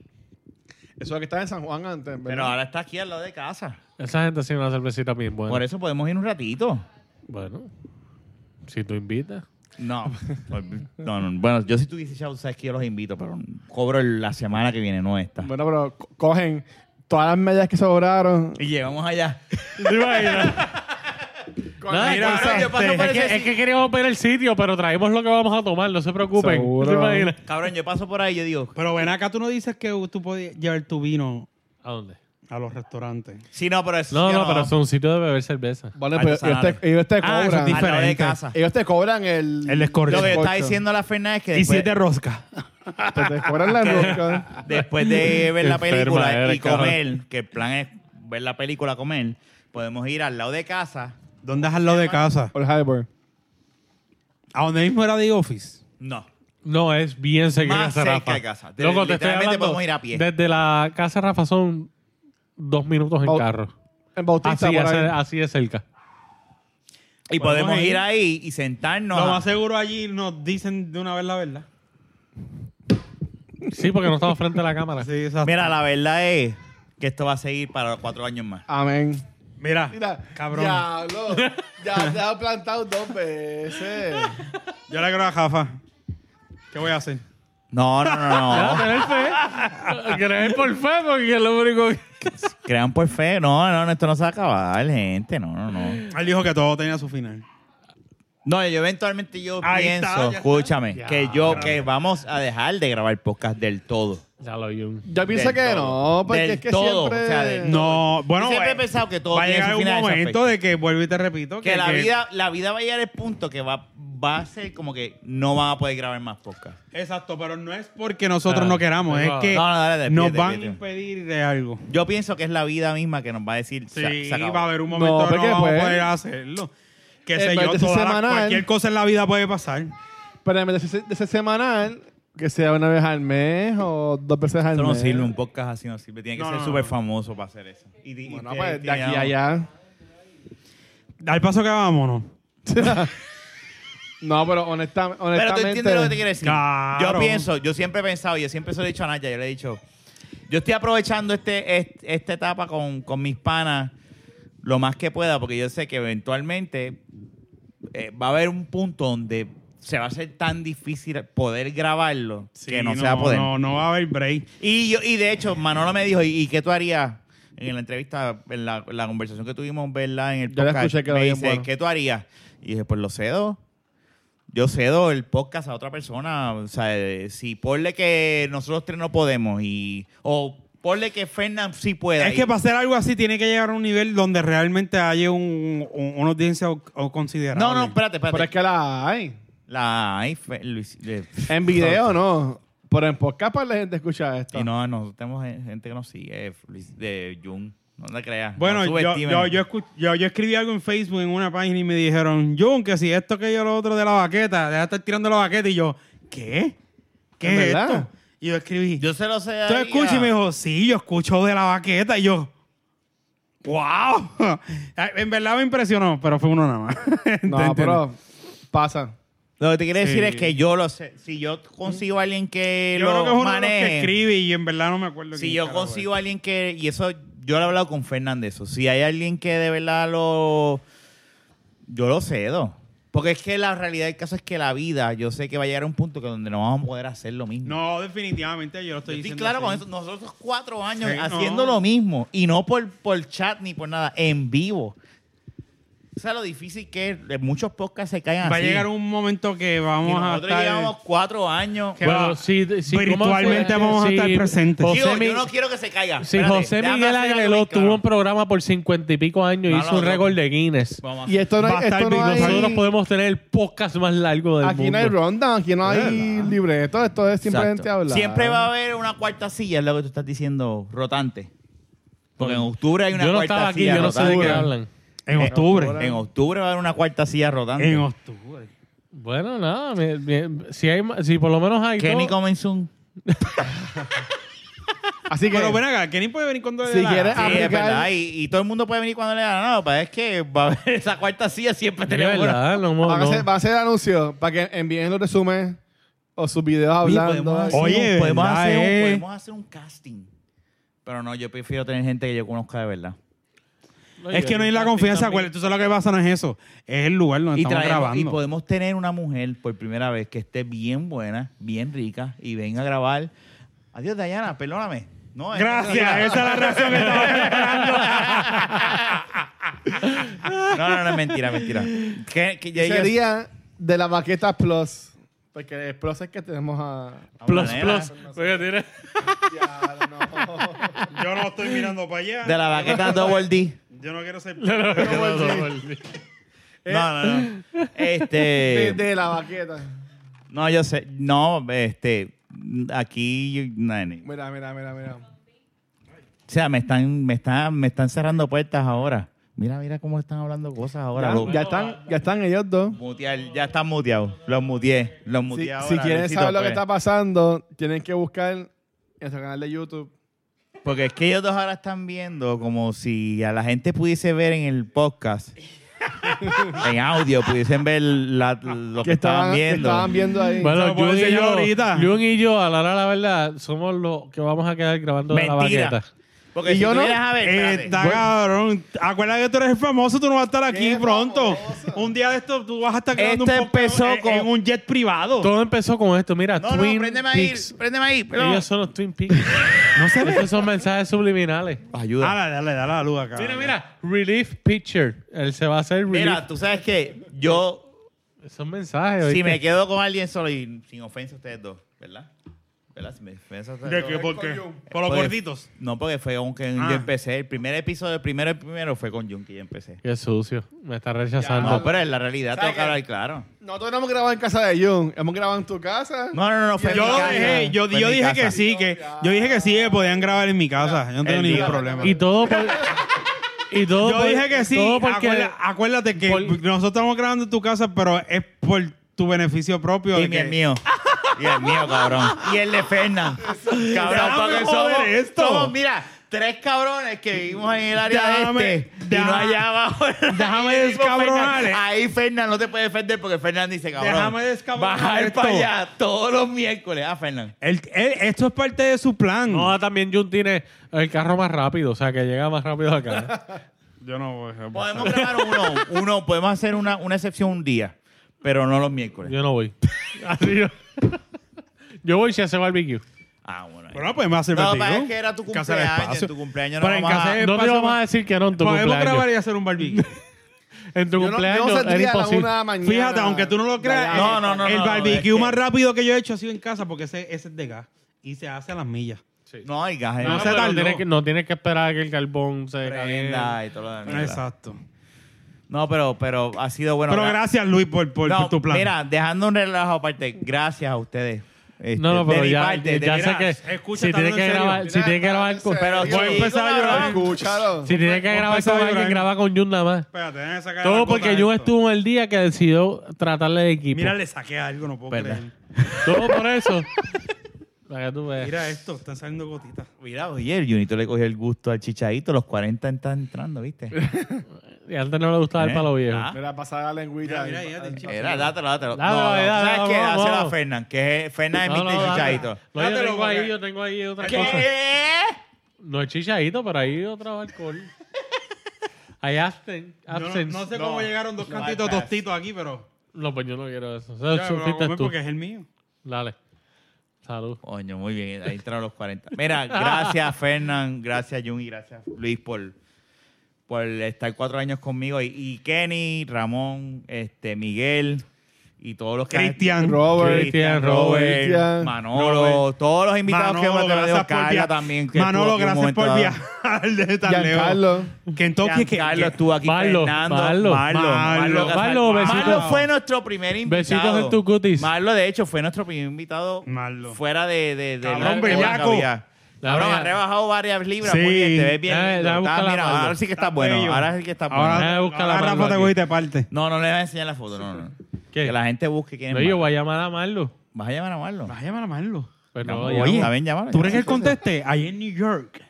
Eso es lo que estaba en San Juan antes, ¿verdad?
Pero ahora está aquí al lado de casa.
Esa gente haciendo una cervecita bien buena.
Por eso podemos ir un ratito.
Bueno, si tú invitas.
No. no, no. Bueno, yo si tú dices, chao, sabes que yo los invito, pero cobro la semana que viene, no esta.
Bueno, pero co- cogen todas las medias que sobraron.
Y llegamos allá.
¿Te imaginas? Nada,
Mira,
cosa-
yo paso por
es,
ese
que, es que queríamos ver el sitio, pero traemos lo que vamos a tomar, no se preocupen.
Seguro.
¿Te imaginas?
Cabrón, yo paso por ahí y yo digo,
Pero ven acá, tú no dices que tú podías llevar tu vino
¿A dónde?
a los restaurantes.
sí, no, pero es.
No,
yo
no, pero es un sitio de beber cerveza.
Ah,
Vale, pero ellos
Artesanales.
te, ellos te
Ah, eso es
cobran.
Al lado de
diferente.
casa.
ellos te cobran el.
El escorcho.
Lo que
escorcho.
está diciendo la Fernández es que
Y
después,
siete roscas.
Te, te cobran la rosca.
después de ver
Qué
la película
enferma
y
eres, cabrón.
comer, que el plan es ver la película, comer, podemos ir al lado de casa.
¿Dónde es al lado de casa?
All Harbor.
A donde mismo era The Office.
No.
No, es bien cerca de
Más
casa
cerca
Rafa.
de casa. De-
Loco, te estoy
literalmente
hablando,
podemos ir a pie.
Desde la casa Rafa son dos minutos en
Oh.
carro.
en Bautista.
Ah,
Así,
por
así,
ahí.
así de cerca.
Y
Podemos
podemos
ir.
ir ahí y sentarnos.
Lo
a-
más seguro allí nos dicen de una vez la verdad.
Sí, porque no estamos frente a la cámara.
Sí, exacto. Mira,
Mira, la verdad es que esto va a seguir para cuatro años más.
Amén.
mira,
Mira,
cabrón.
Diablo. Ya te has plantado dos veces.
Yo le creo a Jafa. ¿Qué voy a hacer?
No, no, no, no.
Tener fe. Creer por fe, porque es lo único que.
Crean por fe. No, no, no, esto no se va a acabar, gente. No, no, no.
Él dijo que todo tenía su final.
No, yo eventualmente yo
Ahí
pienso,
está, ya está.
escúchame,
Ya,
que yo, que vamos a dejar de grabar podcast del todo.
Ya lo vi un.
Yo pienso
Del
que
todo.
no, porque
Del
es que
todo,
siempre.
o sea, del-
No, bueno,
Yo siempre
eh,
he pensado que todo
va a
tiene
llegar
su
un
final, esa
momento
fecha.
de que, vuelvo y te repito,
Que, la vida, la vida va a llegar al punto que va, va a ser como que no van a poder grabar más podcast.
Exacto, pero no es porque nosotros
Claro.
no queramos, es
No,
que
Ah, no, dale, despídete,
nos van a
despídete.
impedir de algo.
Yo pienso que es la vida misma que nos va a decir. se-
Sí,
se acabó.
va a haber un momento
No,
que no
porque,
vamos
pues,
a poder hacerlo. Que
en
sé
vez
yo,
de ser
toda la-
semanal-
cualquier cosa en la vida puede pasar.
Pero en vez de ese, de ese semanal, que sea una vez al mes o dos veces al
Eso no
mes.
sirve, un podcast así no sirve. Tiene que
No,
ser
no,
súper
no.
famoso para hacer eso. Y, di- y
Bueno,
te-
pues
te-
de aquí a allá.
Al paso que vámonos.
No, pero honesta-
Pero tú
honestamente.
entiendes lo que te quiero decir.
Claro.
Yo pienso, yo siempre he pensado, yo siempre se lo he dicho a Naya, yo le he dicho, yo estoy aprovechando este, est- esta etapa con, con mis panas lo más que pueda, porque yo sé que eventualmente eh, va a haber un punto donde se va a hacer tan difícil poder grabarlo
Sí,
que no, se va a poder.
No, no va a haber break.
Y, yo, y de hecho, Manolo me dijo, ¿y, y qué tú harías? En la entrevista, en la, la conversación que tuvimos, ¿verdad? En el
Yo la
podcast,
escuché, quedó
me
bien
dice,
bueno.
¿qué tú harías? Y dije, pues lo cedo. Yo cedo el podcast a otra persona. O sea, eh, si ponle que nosotros tres no podemos y... O ponle que Fernán sí pueda.
Es
Y-
que para hacer algo así tiene que llegar a un nivel donde realmente haya un, un- una audiencia o, o considerable.
No, no, espérate, espérate.
Pero es que la hay.
La... ay, Fe- Luis- eh,
En video no. Pero en podcast para la gente escucha esto.
Y no, nosotros tenemos gente que nos sigue. Luis- De Jun. No te creas.
Bueno,
No
yo,
subestimen.
yo, yo, escu- yo- yo escribí algo en Facebook en una página y me dijeron, Jun, que si esto que yo lo otro de la baqueta, deja de estar tirando la baqueta. Y yo, ¿qué? ¿Qué
¿En
es
verdad?
esto? Y yo escribí,
Yo se lo sé. ah.
¿tú escuchas? Y me dijo, sí, yo escucho de la baqueta. Y yo, ¡wow! en verdad me impresionó, pero fue uno nada más.
No,
¿Entiendes?
pero pasa.
Lo que te quiero decir
Sí.
es que yo lo sé. Si yo consigo a alguien que
Yo
lo
creo que es uno de los que
maneje,
escribe y en verdad no me acuerdo.
si
quién
yo
carajo este. es.
consigo a alguien que. Y eso yo lo he hablado con Fernández. eso. Si hay alguien que de verdad lo. Yo lo cedo. Porque es que la realidad del caso es que la vida, yo sé que va a llegar a un punto que donde no vamos a poder hacer lo mismo.
No, definitivamente, yo lo
Yo
estoy
estoy
diciendo.
claro
así.
con eso. Nosotros cuatro años
Sí, no.
haciendo lo mismo. Y no por, por chat ni por nada. En vivo. O sea, lo difícil que es. eh, Muchos podcasts se caen
Va a
así.
llegar un momento que
Y
vamos a
nosotros
estar...
llevamos cuatro años.
Que va.
Bueno, si, si, ¿cómo
Virtualmente vamos a estar presentes.
José
Digo,
Mi-
yo no quiero que se caiga.
si
Espérate,
José
déjame
Miguel
hacer algo
Aguiló
bien claro.
tuvo un programa por cincuenta y pico años y
No,
hizo
no,
un
no.
récord de Guinness.
Vamos a hacer-
Y esto
Va
no,
a
hay,
estar
esto no
bien,
hay-
Nosotros podemos tener el podcast más largo del
Aquí
mundo.
no hay ronda, aquí no hay
¿Verdad?
libreto, esto es simplemente
Exacto.
hablar.
Siempre va a haber una cuarta silla, es lo que tú estás diciendo, rotante. Porque en octubre hay una
yo no
cuarta
estaba aquí,
silla
yo no sé de qué
rotante.
hablan.
En octubre.
En octubre va a haber una cuarta silla rotante.
En octubre.
Bueno, nada, mi- mi- si, hay, ma- si por lo menos hay
Kenny
dos-
comenzó un...
Así que
Pero ven acá, Kenny puede venir cuando le
Si
dé la
quieres-
gana.
Sí, es
Aplicar-
verdad. Y, y todo el mundo puede venir cuando le da la pero es que va a haber esa cuarta silla siempre
De
tenemos una.
verdad, no, no.
van a hacer, van a hacer anuncios para que envíen los resúmenes o sus videos
Oye,
hablando.
podemos hacer
Oye,
un- podemos
¿verdad,
hacer un-
eh?
podemos hacer un casting. Pero no, yo prefiero tener gente que yo conozca de verdad. ah,
Es que no hay la confianza, acuérdate, tú sabes lo que pasa, no es eso. Es el lugar donde
y,
estamos
traemos- y
grabando.
podemos tener una mujer por primera vez que esté bien buena, bien rica y venga a grabar. Adiós, Dayana, perdóname. No, es-
Gracias, esa es la reacción que estaba
No, no, no, es mentira, mentira. Que, que ya- ya-
Sería de la baqueta Plus. Porque el Plus es que tenemos a.
Ah,
Plus,
manera.
plus. Oye, tiene-
Ya, no.
Yo no estoy mirando para allá.
De la baqueta Double D.
Yo no quiero Eh, ser.
No, no, no.
De,
Este.
de la baqueta.
No, yo sé. No, este. Aquí. no, no.
Mira, mira, mira, mira.
O sea, me están, me están, me están cerrando puertas ahora. Mira, mira cómo están hablando cosas ahora.
Ya,
loco.
ya están, ya están ellos dos.
Mutear, ya están muteados. Los muteé. Los
Si,
muteé
si
ahora,
quieren
Luisito,
saber lo que
pues.
está pasando, tienen que buscar en nuestro canal de YouTube
Porque es que ellos dos ahora están viendo como si a la gente pudiese ver en el podcast, en audio, pudiesen ver la- lo que, estaban
que
viendo.
estaban viendo ahí.
Se
Bueno,
lo puedo
Jun y,
enseñar
yo,
ahorita.
Jun y yo, a la hora de la verdad, somos los que vamos a quedar grabando de la
Mentira.
baqueta.
Porque
Y
si
yo
tú
no-
vienes a ver,
Eh,
espérate.
Está cabrón. Acuérdate que tú eres famoso, tú no vas a estar aquí
Qué
pronto.
famoso.
Un día de esto tú vas a estar grabando
Este
un podcast
empezó
en,
con-
en un jet privado.
Todo empezó con esto, mira,
no,
Twin
no, préndeme ahí,
Peaks.
préndeme ahí. pero-
Ellos son los Twin Peaks. no se Esos son mensajes subliminales.
Ayuda.
Dale, dale, dale la luz acá.
Mira, mira, Relief Picture. Él se va a hacer relief.
Mira, tú sabes que yo
Esos mensajes.
Si
¿oíste?
me quedo con alguien solo y sin ofensa a ustedes dos, ¿verdad? ¿Verdad? Si me ofensa a ustedes
¿De
dos.
qué? ¿Por qué? Por los
Porque-
gorditos.
No, porque fue con quien
Ah.
yo empecé. El primer episodio, el primero, el primero fue con Jun que yo empecé.
Qué sucio. Me está
No,
Ah.
rechazando.
pero en la realidad
¿Sabes
tengo que
qué?
hablar claro.
Nosotros no hemos grabado en casa de Jun, hemos grabado en tu casa.
No, no, no, no fue
Yo
en mi
lo
casa,
dejé, yo,
fue en
yo
mi
dije
casa.
que sí, que yo dije que sí, que podían grabar en mi casa. Yo no tengo
El
ningún
día.
problema.
Y todo por. Y todo
Yo
por-
dije que sí.
Todo porque.
Acuerda- acuérdate que
por-
nosotros estamos grabando en tu casa, pero es por tu beneficio propio. de
Y mi-
que-
el mío. Y el mío, cabrón. Y el de Fernan. Cabrón,
Déjame
porque
joder
somos,
esto.
somos, mira, tres cabrones que vivimos en el área
Déjame-
este. Y no
déjame-
allá abajo.
déjame
Ahí mismo
descabronar,
Fernan.
eh.
Ahí Fernan no te puede defender porque Fernan dice, cabrón.
Déjame descabronar
Bajar
esto.
para allá todos los miércoles. Ah, Fernan.
El- el- esto es parte de su plan.
No, también Jun tiene el carro más rápido, o sea, que llega más rápido acá.
yo no pues, voy a-
Podemos grabar uno, uno, podemos hacer una, una excepción un día, pero no los miércoles.
Yo no voy. Así yo. yo voy si hace barbecue.
Ah, bueno. ahí.
Bueno, pues me hace
No,
vertigo.
pero es que era tu
Hay que hacer
cumpleaños.
espacio.
Tu cumpleaños
Pero
no
en
vamos
casa
a-
Eh,
No te
pásame-
vamos a decir que no en tu
Podemos grabar
cumpleaños.
y hacer un barbecue.
En tu
Yo no, yo no
cumpleaños era
saldría a la
imposible.
una de la mañana.
Fíjate, aunque tú no lo creas,
No,
el-
no, no,
el
no, no, es
barbecue
que-
más rápido que yo he hecho ha sido en casa porque ese, ese es de gas y se hace a las millas.
No, hay gajes.
No,
se
Ah, pero
tardó.
tienes que, no tienes que esperar a que el carbón se caliente.
prenda este, y todo lo demás.
Exacto.
No, pero, pero ha sido bueno.
Pero
Gra-
gracias, Luis, por, por,
No,
por tu plan.
Mira, dejando un relajo aparte, gracias a ustedes. Este,
No, no, pero
de mi
ya,
parte, de
ya
mi-
sé
mira,
que
escucha,
si
está
tienes
hablando
que
en serio.
grabar, si tienes que grabar con,
Pero
voy a empezar
a llorar.
Escúchalo.
si tienes
Vamos
que
a
grabar con
empezar a
alguien,
llorar.
graba con Jun nada más.
Espérate, déjame sacar la
Todo
gota
porque
de
Jun
esto.
estuvo el día que decidió tratarle de equipo.
Mira, le saqué algo, no puedo
Verdad.
creer.
Todo por eso. Para que tú veas.
Mira esto, están saliendo gotitas.
Mira, oye, el Junito le cogió el gusto al chichadito, los 40 están entrando, ¿viste?
Y antes no le gustaba el
¿Eh?
palo viejo.
Ah.
Mira, pasa la lengüita.
Mira,
ahí.
mira, ya te chico.
Era, dátelo, dátelo.
Dátelo,
No, no,
dátelo,
¿Sabes qué?
vamos,
Dáselo a
vamos.
Fernan, que Fernan es
No,
mi
no,
chichadito.
dale. No, yo
Dátelo,
tengo ahí,
porque-
yo tengo ahí otra cosa.
¿Qué?
No es chichadito, pero ahí otro alcohol. Hay absten,
Yo no,
absence.
no sé
No.
cómo llegaron dos
No,
cantitos
está.
tostitos aquí, pero.
No, pues yo no quiero eso. Eso
Ya, pero
supiste
voy
tú.
porque es el mío.
Dale. Salud.
Coño, muy bien, ahí entraron los 40. Mira, gracias Fernan, gracias Jun y gracias Luis por, por estar cuatro años conmigo. Y, y Kenny, Ramón, este Miguel y todos los que han-
Cristian.
Robert.
Cristian, Robert,
Cristian.
Manolo,
Robert.
todos los invitados
Manolo,
que hemos tenido,
gracias por
Carla
viajar.
también. que estuvo
Manolo,
aquí un
gracias
momento
por
dado.
viajar desde tan lejos.
Giancarlo.
Kentucky, que,
Giancarlo
que,
estuvo aquí,
Marlo,
Fernando.
Marlo,
Marlo,
Casal-
Marlo, besitos.
Marlo fue nuestro primer invitado.
Besitos en tus cutis.
Marlo, de hecho, fue nuestro primer invitado
Marlo.
fuera de, de, de
Cabrón,
la época
bellaco.
que había.
La
Cabrón,
verdad.
ha rebajado varias libras.
Sí.
Muy bien, te ves bien.
Dale,
lindo.
dale,
Está-
búscala,
mira,
Marlo.
ahora sí que está
Está
bueno.
bello.
Ahora sí que está bueno.
Voy
Ahora,
a
Ah,
buscar la
ahora
mano
Rafa te
aquí.
coge y te parte.
No, no le voy a enseñar la foto. No, no.
¿Qué?
Que la gente busque quién es.
No, yo
Marlo.
voy a llamar a Marlo.
Vas a llamar a Marlo.
Vas a llamar a Marlo.
Pero no,
Oye,
ya no.
¿saben llamar?
¿Tú crees que él conteste? Ahí en New York.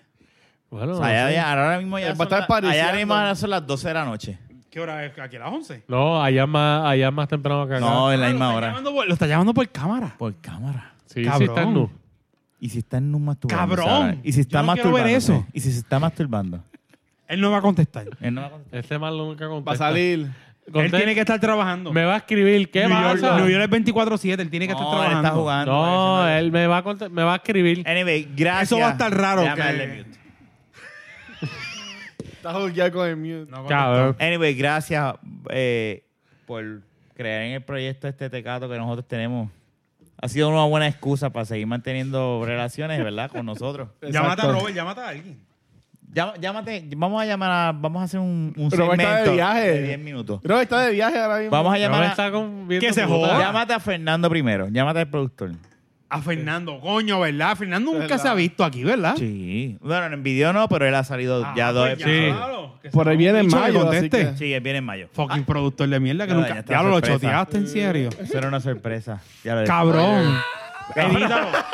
Bueno,
O
no
sea, allá-
sé.
allá- ahora mismo ya
Va a
son
estar
las- allá
pariciando.
mismo ahora son las 12 de la noche.
¿Qué hora es? ¿Aquí a las 11?
No, allá más, allá más temprano que acá.
No, en la
Ah,
misma
lo está
hora.
llamando por- lo está llamando por cámara.
Por cámara.
sí, sí
cabrón.
está nu.
¿Y si está en un masturbando?
¡Cabrón!
¿Y si está
Yo no quiero
masturbando?
ver eso.
¿Y si se está masturbando?
Él no va a contestar.
Él no va a contestar.
Este Marlo nunca contesta.
Va a salir.
Él
Contesta.
tiene que estar trabajando.
Me va a escribir. ¿Qué
New, York,
pasa?
New York es 24-7. Él tiene que estar
No, él
trabajando.
está jugando.
No,
Ese
él me va a, cont- me va a escribir.
Anyway, gracias.
Eso va a estar raro,
Déjame
que-
darle mute.
Está jugando con el mute.
No contestó.
Cabrón.
Anyway, gracias eh, por creer en el proyecto este tecato que nosotros tenemos. Ha sido una buena excusa para seguir manteniendo relaciones, ¿verdad? Con nosotros.
Llámate a
Exacto.
Robert, llámate a alguien.
Llá- Llámate, vamos a llamar a, vamos a hacer un, un
Pero va a
segmento
estar de viaje.
10 minutos.
Robert está de viaje ahora mismo.
Vamos a Ah.
No me
llamar
está
a,
conviendo
Que se
puta.
joda.
llámate a Fernando primero, llámate al productor.
A Fernando, coño, ¿verdad? Fernando nunca
¿Verdad?
se ha visto aquí,
Ah.
¿verdad?
Sí. Bueno, en video no, pero él ha salido
Ah,
ya
pues
dos
Sí.
claro, que se
Por ahí
joda.
viene en
Bicho, que
mayo. así
conteste.
que-
Sí, él viene en mayo.
Fucking productor de mierda que
Ya lo
nunca.
dañaste,
Ya lo
sorpresa.
choteaste en serio.
Eso era una sorpresa. Ya lo
Cabrón. Edítalo.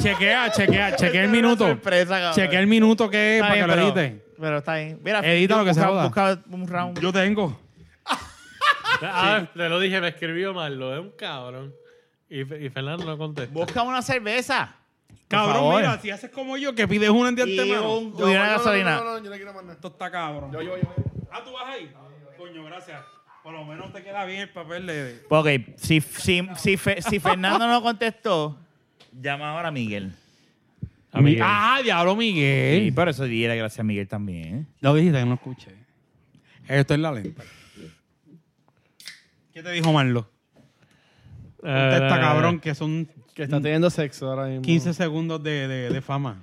Chequea, chequea, chequea el
Una
minuto.
sorpresa, cabrón.
Chequea el minuto que es
Está
para
bien,
que lo
pero-
editen.
Pero está bien. Mira,
Edita lo que se
busca-
joda.
busca un round.
Yo tengo.
Ah, te lo dije, me escribió mal, lo es un cabrón. Y, Fe- y Fernando no contesta.
Busca una cerveza.
Cabrón,
favor.
mira, este si haces como yo, que pides una de
Y,
antemano.
un- y una gasolina.
No, no, no, yo no quiero más nada.
Esto está cabrón.
Yo, yo, yo.
Ah, tú vas ahí. Coño, gracias. Por lo menos te queda bien el papel de.
Ok, si, si, si, Fe- si Fernando no contestó, llama ahora a Miguel.
A Miguel.
Ah, diablo, Miguel.
Sí, pero eso diera gracias a Miguel también.
Lo dijiste que no escuché. Esto es la lenta. ¿Qué te dijo Marlo? Contesta,
Eh,
cabrón, que son
Que está teniendo sexo ahora mismo.
15 segundos de, de, de fama.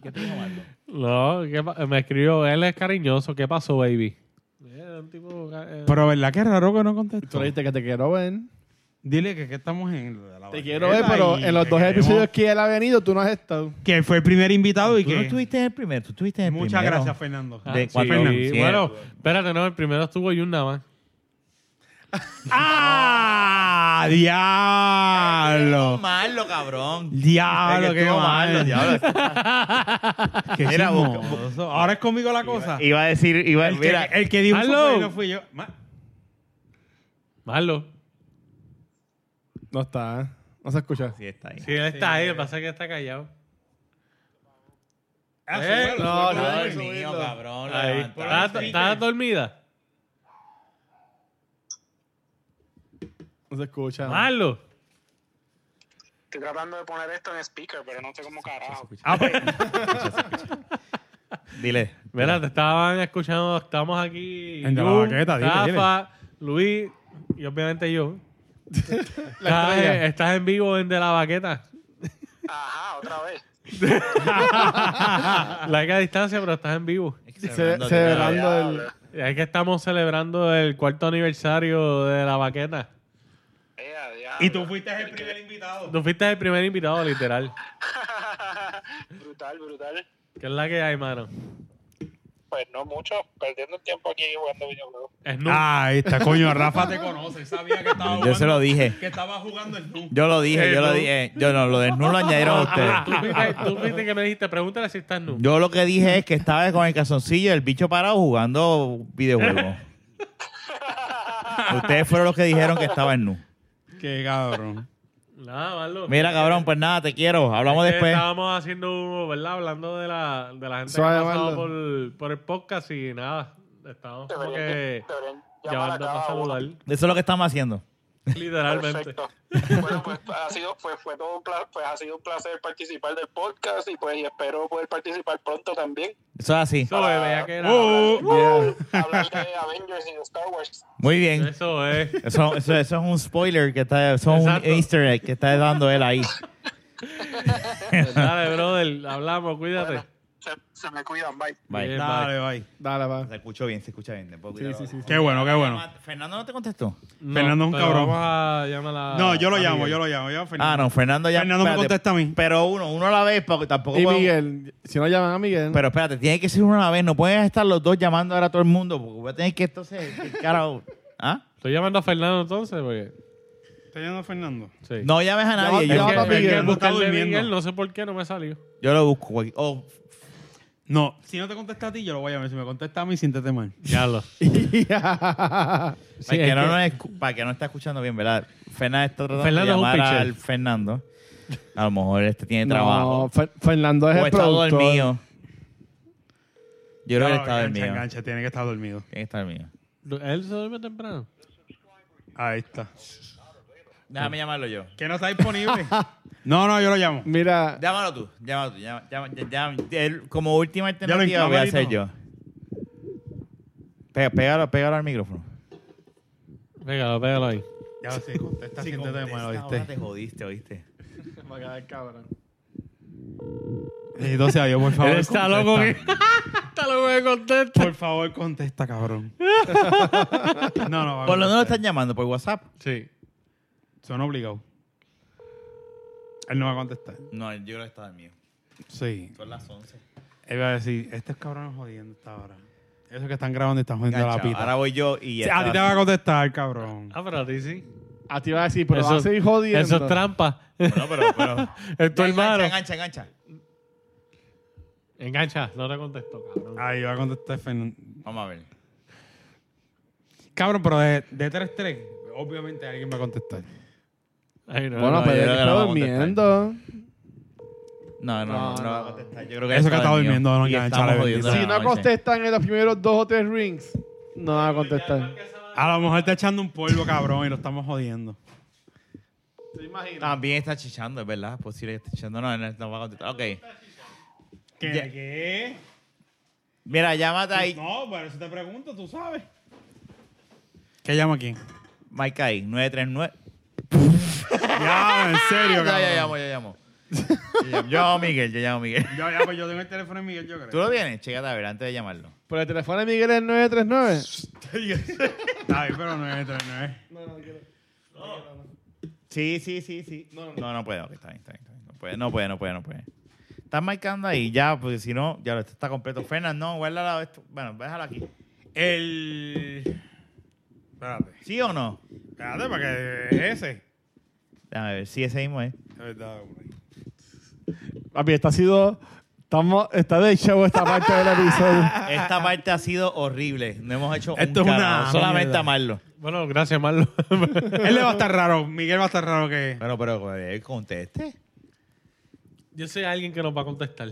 ¿Qué te dijo Marco?
No, ¿qué pa- me escribió, él es cariñoso, ¿qué pasó, baby? Eh, un tipo, eh,
Pero, ¿verdad que es raro que no contestó?
Tú le dijiste que te quiero ver.
Dile que, que estamos en. La
Te
banqueta
quiero ver, pero
y
en los
que
dos
queremos-
episodios que él ha venido, tú no has estado.
Que fue el primer invitado y
Tú no
que.
estuviste en el primero, tú estuviste en el
Muchas
primero.
gracias, Fernando.
ah,
de
sí,
cuatro
sí,
conciertos.
Bueno, espérate, no, el primero estuvo y un nada más.
¡Ah! ¡Diablo!
Malo, cabrón.
¡Diablo!
Es que
¡Qué
estuvo
malo!
malo, diablo.
¡Qué
Mira, busca-
chismoso. Ahora es conmigo la cosa.
Iba a decir, iba,
el,
mira,
que, el que dijo
Hello.
eso no fui yo. Ma-
Malo.
No está. ¿eh? No se escucha.
Sí, está ahí.
Sí, él está ahí, lo que pasa es que está callado.
Ah,
Eh,
súbelo,
no,
súbelo.
no,
Ay,
subirlo.
mío, cabrón. lo
Ahí.
levantaste.
¿Estás estás dormida?
No se escucha.
Malo.
Estoy tratando de poner esto en speaker, pero no sé cómo carajo.
Ah, pues,
Dile.
Mira, te estaban escuchando, estamos aquí.
En la
Jun,
baqueta, dile, dile.
Rafa, Luis y obviamente yo. estás, eh,
estrella.
estás en vivo en De la Baqueta.
Ajá, otra vez.
Larga distancia, pero estás en vivo.
Es que
Se-
Fernando tiene la-
Celebrando el.
Es que estamos celebrando el cuarto aniversario de La Baqueta.
Ea, diablo.
y tú fuiste el primer invitado.
Tú fuiste el primer invitado, literal.
brutal, brutal.
¿Qué es la que hay, mano?
Pues no mucho, perdiendo el tiempo aquí jugando videojuegos.
Es nu-
Ah, ahí está, coño. Rafa te conoce. él Sabía que estaba
Yo se lo dije.
Que estaba jugando el Doom.
Yo lo dije,
Eh,
yo
no.
lo dije. Yo no, lo del no lo añadieron
Ah, tú,
ustedes.
fuiste, tú fuiste que me dijiste, pregúntale si estás nu.
Yo lo que dije es que estaba con el calzoncillo y el bicho parado jugando videojuegos. ustedes fueron los que dijeron que estaba en nu.
Qué cabrón.
Nada, malo.
Mira, cabrón, pues nada, te quiero. Hablamos
Que
después.
Estábamos haciendo, ¿verdad? Hablando de la, de la gente
Suave,
que ha pasado
Marlon.
por, por el podcast y nada. Estábamos como que
deberían llamar
llamando
acá
para
a uno.
saludar,
Eso es lo que estamos haciendo.
literalmente.
Perfecto. Bueno, pues ha sido, fue, fue todo un pla- pues, ha sido un placer participar del podcast y pues y espero poder participar pronto también.
Eso es así.
Eso es, veía que era.
Uh,
Yeah.
Hablar de Avengers y de Star Wars.
Muy bien.
Eso es.
Eso, eso, eso es un spoiler que está, eso es un
Exacto.
easter egg que está dando él ahí.
Dale, brother. Hablamos, cuídate.
Se, se me cuidan, bye.
Bye.
Bien,
Dale, bye.
Dale, va.
Se escuchó bien, se escucha bien. Después
Sí,
cuidado.
sí, sí. sí.
Qué bueno, qué bueno.
Ah, Fernando no te contestó.
No,
Fernando es un
pero
cabrón.
Vamos a llamar a-
No, yo lo
a
llamo,
Miguel.
yo lo llamo. Yo, Fernando.
Ah, no, Fernando ya.
Fernando me
espérate.
contesta a mí.
Pero uno, uno a la vez, porque tampoco
Y
podemos-
Miguel, si no llaman a Miguel.
Pero espérate, tiene que ser uno a la vez. No pueden estar los dos llamando ahora a todo el mundo, porque voy a tener que entonces. carajo. ¿Ah?
Estoy llamando a Fernando entonces, porque.
¿Está llamando a Fernando?
Sí.
No llames a nadie.
Llama-
Yo,
es
llama-
que,
papi,
es que
él
el
no
está
buscarle
durmiendo.
Miguel, no sé por qué no me salió.
yo lo busco. güey. Oh,
No, si no te contesta a ti, yo lo voy a llamar. Si me contesta a mí, siéntete mal.
Ya lo.
para, que no nos escu- para que no está escuchando bien, ¿verdad? Fernando está tratando
Fernando
de
es un
llamar
pitcher.
al Fernando. A lo mejor este tiene
No,
trabajo.
Fer- Fernando es
o
el
está
productor.
dormido. Yo creo que
No,
está
engancha,
dormido. Tiene
engancha, tiene que estar dormido.
que estar dormido.
Él se duerme temprano.
Ahí está.
Déjame llamarlo yo.
Que no está disponible. no, no, yo lo llamo.
Mira,
Llámalo tú, llámalo tú. llama- llama- llama- él, como última
lo
alternativa voy a
encamarito.
hacer yo. Pe- Pégalo, pégalo al micrófono.
Pégalo, pégalo ahí.
Ya, sí, contesta, siéntete mal,
Ahora
¿oíste?
te jodiste, ¿oíste?
Entonces, adiós, por favor.
Él está
contesta.
loco que. está loco que contesta.
Por favor, contesta, cabrón. no, no, va a
Por lo menos lo
contestar.
están llamando por WhatsApp.
Sí.
Son obligados. Él no va a contestar.
No, yo creo que está dormido.
Sí.
Son las 11.
Él va a decir, estos cabrones jodiendo esta hora. Esos que están grabando y están jodiendo la pita.
ahora voy yo y
Sí, a ti te va a contestar, cabrón.
Ah, pero a ti sí.
A ti iba a decir, pero
Eso-
vas a seguir jodiendo.
Eso es trampa.
Bueno, pero, pero.
Es tu hermano.
Engancha, engancha. engancha.
Engancha, no te contesto, cabrón.
Ahí va a contestar Fernando.
Vamos a ver.
Cabrón, pero de, de 3-3, obviamente alguien va a contestar.
Ay, no,
Bueno,
no,
pero
yo
él
creo que
está
la vamos a
durmiendo.
No, no, no,
No,
no, va a
no.
contestar. Yo creo que
Eso que
estaba
está
dormido.
durmiendo, no
Y
engancha,
estamos
la
jodiendo
bendición.
Si
la
no
noche.
contestan en los primeros dos o tres rings, no va a contestar.
A lo mejor está echando un polvo, cabrón, y lo estamos jodiendo.
¿Te imaginas?
También está chichando, es verdad. Es posible que esté chichando. No, no, no va a contestar. Ok.
¿Qué?
Ya.
¿Qué?
Mira, llámate ahí.
No, pero si te pregunto, tú sabes. ¿Qué llama quién?
Mike ahí, 939.
Ya, en serio,
Ya,
cabrón.
ya llamo, ya llamo. Yo llamo- Yo llamo a Miguel, yo llamo a Miguel.
Ya, ya, pues yo tengo el teléfono de Miguel, yo creo.
¿Tú lo tienes? Chécate a ver antes de llamarlo.
¿Por el teléfono de Miguel es 939?
Está bien, pero 939.
No, no, quiero.
Sí, sí, sí, sí. No, no, no. puedo. ok, está bien, está bien, está bien. No puede, no puede, no puede, no puede. Estás marcando ahí, ya, porque si no, ya lo esto está completo. Fernan, no, guárdala. Esto. Bueno, déjala aquí.
El. Espérate.
¿Sí o no?
Espérate, para que es ese.
Déjame ver, sí, ese mismo es.
Es verdad, hombre.
Papi, esta ha sido. Estamos, está de show esta parte del episodio.
Esta parte ha sido horrible. No hemos hecho
Esto
un
es una
carajo, solamente
mierda.
amarlo.
Bueno, gracias, Marlo.
Él le va a estar raro. Miguel va a estar raro que.
Pero, pero, eh, conteste.
Yo soy alguien que nos va a contestar.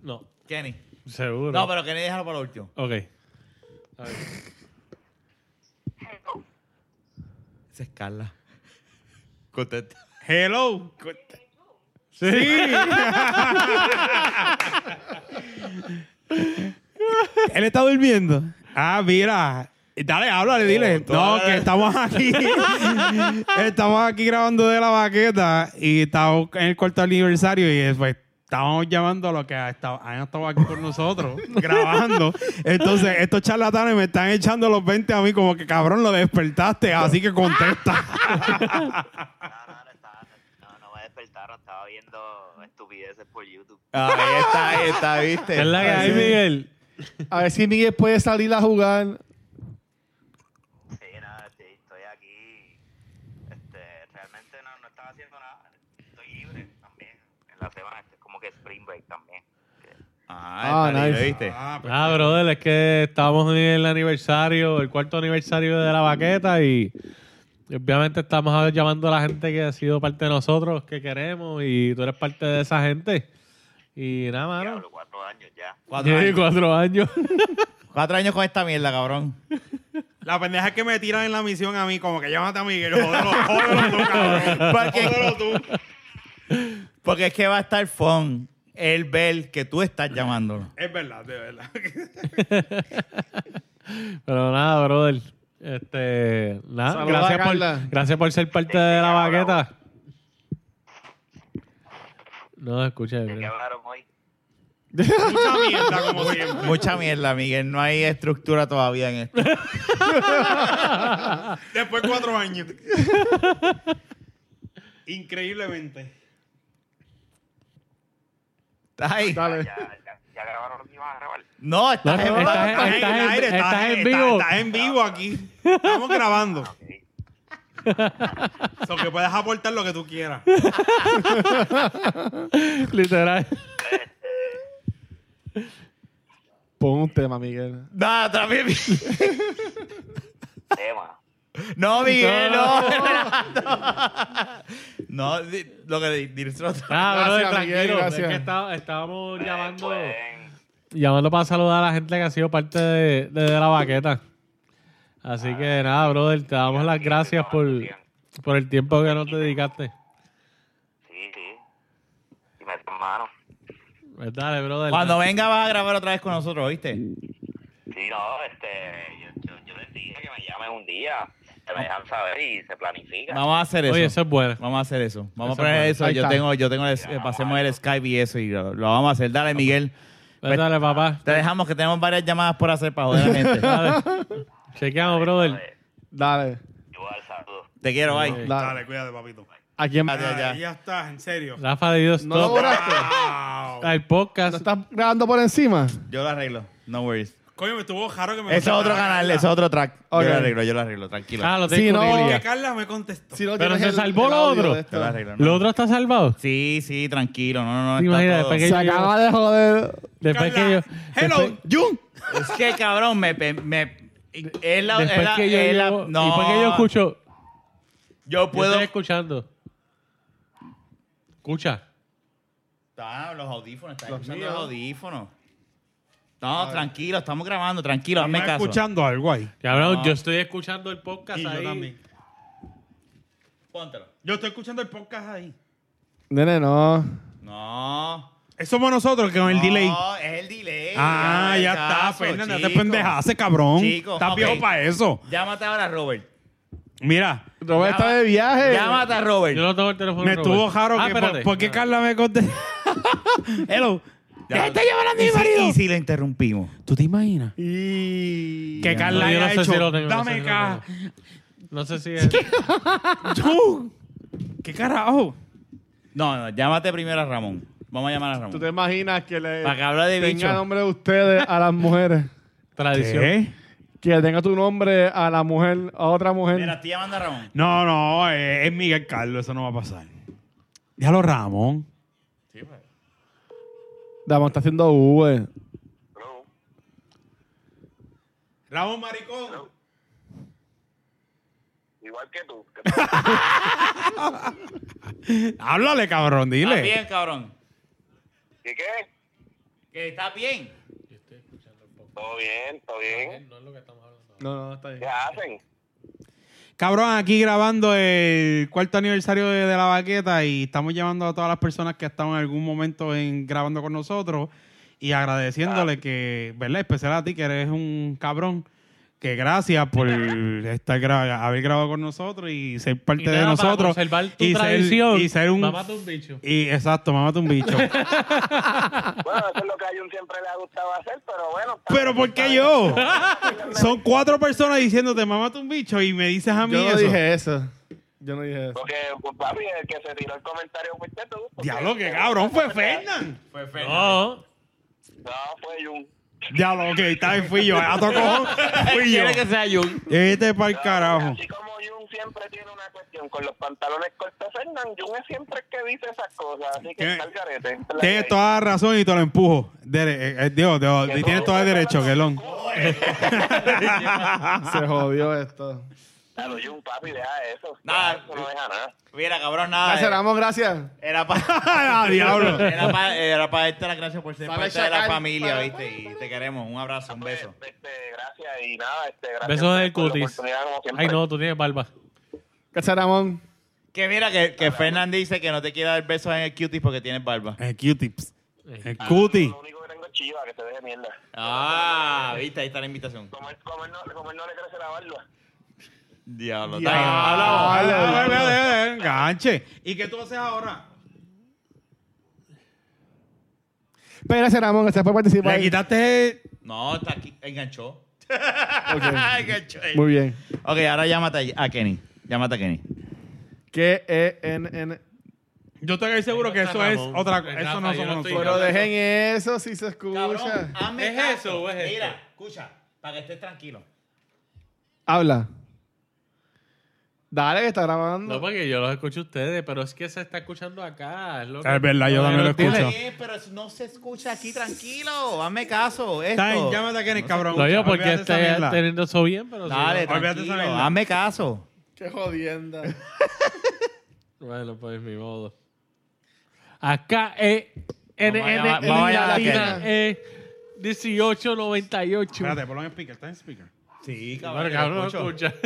No,
Kenny.
seguro.
No, pero Kenny, déjalo para lo último.
Ok. A ver.
Esa es Carla. Contesta.
Hello. Sí. Él está durmiendo. Ah, mira. Dale, háblale, dile. No, que estamos aquí. estamos aquí grabando de la baqueta y estamos en el cuarto aniversario y después estamos llamando a los que ha estado- han estado aquí con nosotros grabando. Entonces, estos charlatanes me están echando los 20 a mí como que cabrón, lo despertaste, así que contesta.
No, no, no estaba. No, no me despertaron, estaba viendo estupideces por YouTube.
Ahí está, ahí está, ¿viste?
Es la que hay, Miguel.
A ver si Miguel puede salir a jugar.
Sí, nada, estoy, estoy aquí. Este, realmente no, no estaba haciendo nada. Estoy libre también. En la semana, este es como que Spring Break también.
Ah,
Ah,
está libre,
nice.
¿viste?
Ah, brother, es que estamos en el aniversario, el cuarto aniversario de la baqueta y obviamente estamos llamando a la gente que ha sido parte de nosotros, que queremos y tú eres parte de esa gente. Y nada, mano.
Diablo, cuatro años ya.
Cuatro
Sí,
años.
Cuatro años.
Cuatro años con esta mierda, cabrón.
La pendeja es que me tiran en la misión a mí, como que llámate a Miguel, jódelo, jódelo tú, cabrón.
Porque,
Jódelo tú.
porque es que va a estar fun el ver que tú estás llamándolo.
Es verdad, de verdad.
Pero nada, brother. Este, nada,
Saluda,
gracias
Carla.
por, gracias por ser parte de la baqueta. No, escucha,
¿De qué
creo.
hablaron hoy?
Mucha mierda, como siempre.
Mucha mierda, Miguel. No hay estructura todavía en esto.
Después de cuatro años. Increíblemente.
¿Estás ahí?
Dale.
Ya, Ah, ya, ya grabaron lo que iban a grabar.
No,
No,
estás en-
estás-
estás-
estás en-
estás,
estás en
estás-
vivo.
Estás en vivo aquí. Estamos grabando. So que puedes aportar lo que tú quieras.
Literal.
Pon un tema, Miguel.
No, también-
Tema.
No, Miguel, no. No, di- lo que di- di-
Nada,
Gracias,
brother,
Miguel,
tranquilo.
gracias.
Es que está- estábamos llamando.
Pueden-
llamando para saludar a la gente que ha sido parte de, de, la baqueta. Así que nada, brother, te damos las gracias por, por el tiempo que nos dedicaste.
Sí, sí. Y me hermano.
Pues dale, brother.
Cuando venga vas a grabar otra vez con nosotros, ¿oíste?
Sí, no, este, yo, yo, yo les dije que me llamen un día, que me dejan saber y se planifica.
Vamos a hacer eso.
Oye, eso es bueno.
Vamos a hacer eso. Vamos
Eso
a poner
puede.
eso.
Ahí
Yo
está.
tengo, yo tengo, el- eh, pasemos el Skype y eso y lo, lo vamos a hacer. Dale, Miguel.
Pues dale, papá.
Te dejamos que tenemos varias llamadas por hacer para joder a la gente.
Dale. Chequeamos, brother.
Entonces,
Dale.
Yo voy al saludo.
Te quiero, bye.
Dale.
Dale, cuídate, papito.
¿A quién?
Ah, ya, ya.
Ahí ya estás, en serio.
Rafa de Dios
¿No lo
Top.
borraste?
Wow.
El podcast.
¿Lo estás grabando por encima?
Yo lo arreglo. No worries.
Coño, me estuvo jaro que me
Ese es otro
contestara
canal,
Carla.
ese es otro track.
Ok.
Yo lo arreglo, yo lo arreglo, tranquilo.
Ah, lo
Sí,
tengo
no.
Porque
Lilia.
Carla me contestó.
Si no
Pero
tienes
se
el-
salvó
el
lo
audio
otro.
de esto.
Yo lo arreglo. no.
¿Lo otro está salvado?
Sí, sí, tranquilo. No, no, no.
¿Te
está todo.
imaginas? Después que
Se
yo llego-
acaba de joder.
Después
Carla,
que yo...
hello.
después-
¡Jun! Es que cabrón, me. pe- me es la,
Después
es la-
que yo
es la-
llego-
no,
y después que yo escucho...
Yo
Puedo...
puedo.
escuchando. Escucha.
Ah, los audífonos, están
Los
escuchando
míos.
los audífonos. No, tranquilo, estamos grabando, tranquilo, hazme
Estaba
caso.
escuchando algo ahí.
Cabrón,
No.
yo estoy escuchando el podcast
Y yo
ahí.
también.
Póntelo.
Yo estoy escuchando el podcast ahí.
Nene, no.
No.
Somos nosotros que con el
no,
delay.
es el delay.
Ah,
Hazme
ya está,
caso,
Fernanda. Te
chico.
pendejaste, cabrón.
Chico,
Estás
ok.
viejo para eso.
Llámate ahora, Robert.
Mira,
Robert
Ya
está
va-
de viaje.
Llámate a Robert.
Yo no tengo el teléfono.
me
de Robert.
estuvo jaro
Ah,
que
espérate.
por, por qué Carla me contestó. Hello.
Ya.
Deja de llevar a mi
¿Y si-
marido.
Y si lo interrumpimos.
¿Tú te imaginas?
Y...
Que
Ya.
Carla
No, yo no
haya
sé
hecho,
si lo tengo, no sé
dame
si lo
caja.
No sé si es...
Yo, ¿Qué carajo?
No, no, llámate primero a Ramón. Vamos a llamar a Ramón.
¿Tú te imaginas que le
Para que habla de
tenga
bicho.
nombre de ustedes a las mujeres?
Tradición.
Que le tenga tu nombre a la mujer, a otra mujer.
Mira, estoy llamando a Ramón.
No, no, eh, es Miguel Carlos, eso no va a pasar. Déjalo, Ramón.
Dama está haciendo V.
Hello.
Ramón Maricón.
Igual que tú. que
Háblale, cabrón,
¿Estás
dile.
bien, cabrón?
¿Y qué?
¿Que estás bien?
Todo bien, todo bien.
No, no, está bien.
¿Qué hacen?
Cabrón, aquí grabando el cuarto aniversario de, de La Baqueta y estamos llamando a todas las personas que estaban en algún momento en, grabando con nosotros y agradeciéndole que, ¿verdad? Especial a ti, que eres un cabrón. Que gracias por estar gra- haber grabado con nosotros y ser parte
Y
de
nada, para
nosotros.
conservar tu
y,
tradición.
ser, y ser un...
Mamá de un bicho.
Y exacto, mamá un bicho.
Bueno, eso es lo que a Jun siempre le ha gustado hacer, pero bueno. está-
Pero ¿por
está
qué
bien.
yo? Son cuatro personas diciéndote mamá un bicho y me dices a mí
Yo no
eso.
dije eso. Yo no dije eso.
Porque, pues, papi, el que se tiró el comentario fuiste tú. porque-
Diablo, que cabrón fue Fernan.
Fue
No.
No, fue Jun.
Diablo, ok, está bien, fui yo. A tu cojón, fui yo.
Quiere que sea Jun.
Este pa'l
No,
carajo.
Así como Jun siempre tiene una cuestión con los pantalones cortos, Fernan, Jun es siempre el que dice esas cosas. Así que
¿Qué?
está el garete. esa es la que
Tienes
hay.
toda la razón y te lo empujo. Dere- eh, eh, Dios, Dios,
Que
y tienes
tú-
todo el derecho, Gelón.
Se jodió esto.
Claro, Jun, papi, deja eso.
Nada.
Eso no deja nada.
Mira, cabrón, nada.
Gracias,
Era,
Ramón, gracias.
era para...
Ah, diablo.
Era para era pa darte las gracias por ser
Sale
parte de la
chacal,
familia,
para-
¿viste? Y te queremos. Un abrazo, un beso.
Pues, este, gracias y nada, este, gracias.
Besos en el
por la
cutis.
oportunidad, como siempre.
Ay, no, tú tienes barba.
Gracias, Ramón.
Que mira, que, que Fernán dice que no te quiere dar besos en el cutie porque tienes barba.
El Eh, Q-tips.
Eh,
El cutie.
Lo único que tengo es chiva, que se deje mierda.
Ah, viste, ahí está la invitación.
Como él, como él no, como él no le crece la barba.
Diablo,
Ya.
está bien. Hablamos.
Habla,
Ah,
habla.
ve, ve, ve, Enganche. ¿Y qué tú haces ahora?
Pero gracias, Ramón, gracias por participar.
Le quitaste.
No, está aquí. Enganchó.
Ok,
Enganchó. ahí.
Muy bien.
Ok, ahora llámate a a Kenny. Llámate a Kenny.
Que e n n
Yo estoy seguro que eso es
Ramón.
otra
Rafa,
cosa. Eso no
yo no
somos
estoy-
Pero
nosotros.
dejen eso si se escucha.
ah.
hazme
¿Es
caso.
eso o es esto?
Mira, escucha, para que estés tranquilo.
Habla. Dale, que está grabando.
No,
pues.
porque yo los escucho a ustedes, pero es que se está escuchando acá. Es, lo que-
Es verdad, yo también lo
¿Entiendes?
escucho.
Está bien, pero eso no se escucha aquí, tranquilo. Hazme caso. Esto.
Está bien, llámate a Kenny, cabrón.
Lo digo porque
Olvídate
este
esa
está
mierda.
teniendo eso bien, pero... si
Dale,
no-
Olvídate esa
tranquilo.
mierda.
Hazme caso.
Qué jodienda.
Bueno, pues mi modo. Acá eh, es
Vamos a llamar-
NN
vamos a llamar a
Latina eh,
Kenny.
es 1898.
Espérate, ponlo en speaker. ¿Está en speaker?
Sí,
Bueno, cabrón, no escucha.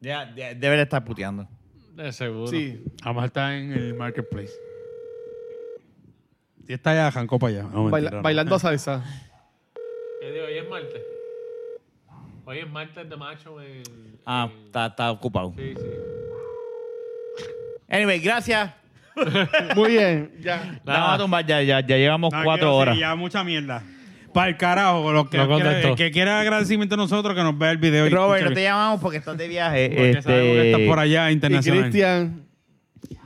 Ya, ya, debe de estar puteando.
De seguro.
Sí.
A lo mejor está en el marketplace. Si está allá, jancó para allá. No,
Baila-
mentira, no. Ah.
bailando salsa.
¿Qué digo? Hoy es martes. Hoy es martes de macho en...
Ah, está, está ocupado.
Sí, sí.
Anyway, gracias.
Muy bien. Ya.
Vamos a tumbar, ya, ya, ya llevamos
No,
cuatro
quiero
horas.
decir, Ya, mucha mierda. Para el carajo, los que,
No
quiera-
contestó.
el que quiera agradecimiento a nosotros, que nos vea el video. y
Robert,
escuche
no te llamamos porque estás de viaje.
el- Porque sabemos que
este,
estás por allá
Y
internacional.
Cristian.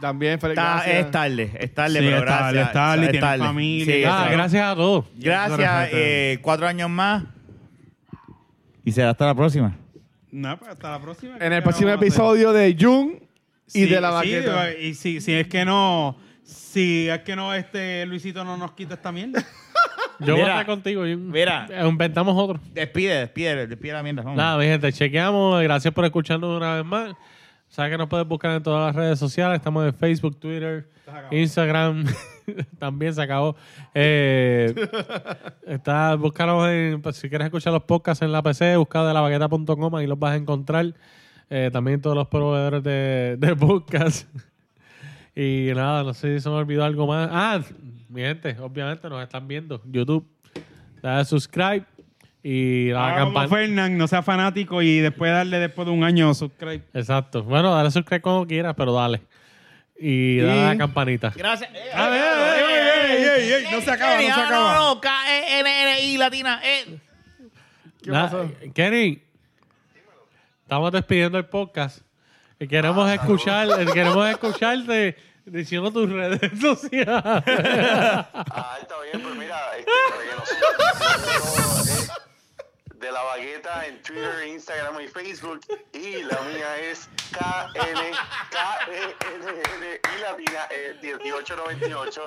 También, Félix.
Está-
gracias.
es tarde, es tarde,
Sí,
pero
es tarde,
gracias.
es tarde,
Es
tiene
tarde.
familia.
Sí,
Ah,
eso.
gracias a todos.
Gracias, eh, cuatro años más. Y será hasta la próxima.
No, pues hasta la próxima.
En el
¿Qué
próximo
vamos a hacer?
episodio de Jun y
Sí,
de la
sí,
vaqueta.
y si, si es que no, si es que no, este Luisito no nos quita esta mierda.
Yo voy a
Mira,
estar contigo. Jim.
mira.
Eh, Inventamos otro.
Despide, despide, despide la mierda. vamos.
Nada, mi gente, chequeamos. Gracias por escucharnos una vez más. Sabes que nos puedes buscar en todas las redes sociales. Estamos en Facebook, Twitter, Instagram. También se acabó. Eh, está, búscanos en, pues, si quieres escuchar los podcasts en la PC, busca de lavagueta.com, ahí los vas a encontrar. Eh, también todos los proveedores de, de podcasts. Y nada, no sé si se me olvidó algo más. Ah, mi gente, obviamente nos están viendo. YouTube, dale subscribe y la
Haga como
campana.
Fernan, no sea fanático y después darle después de un año subscribe.
Exacto. Bueno, dale subscribe cuando quieras, pero dale. Y dale a la campanita.
Gracias.
¡Ey, ey, ey, ey, ey, ey! eh, No se acaba, no se acaba.
No, no, K-E-N-N-I latina. eh.
¿Qué
Na-
pasó?
Kenny, estamos despidiendo el podcast. Y queremos escuchar, eh, queremos escucharte diciendo tus redes sociales.
Ah, está bien, pues mira, este, para que nos sigan, eh, de la bagueta en Twitter, Instagram y Facebook. Y la mía es KN, KNN E y latina eh, 1898.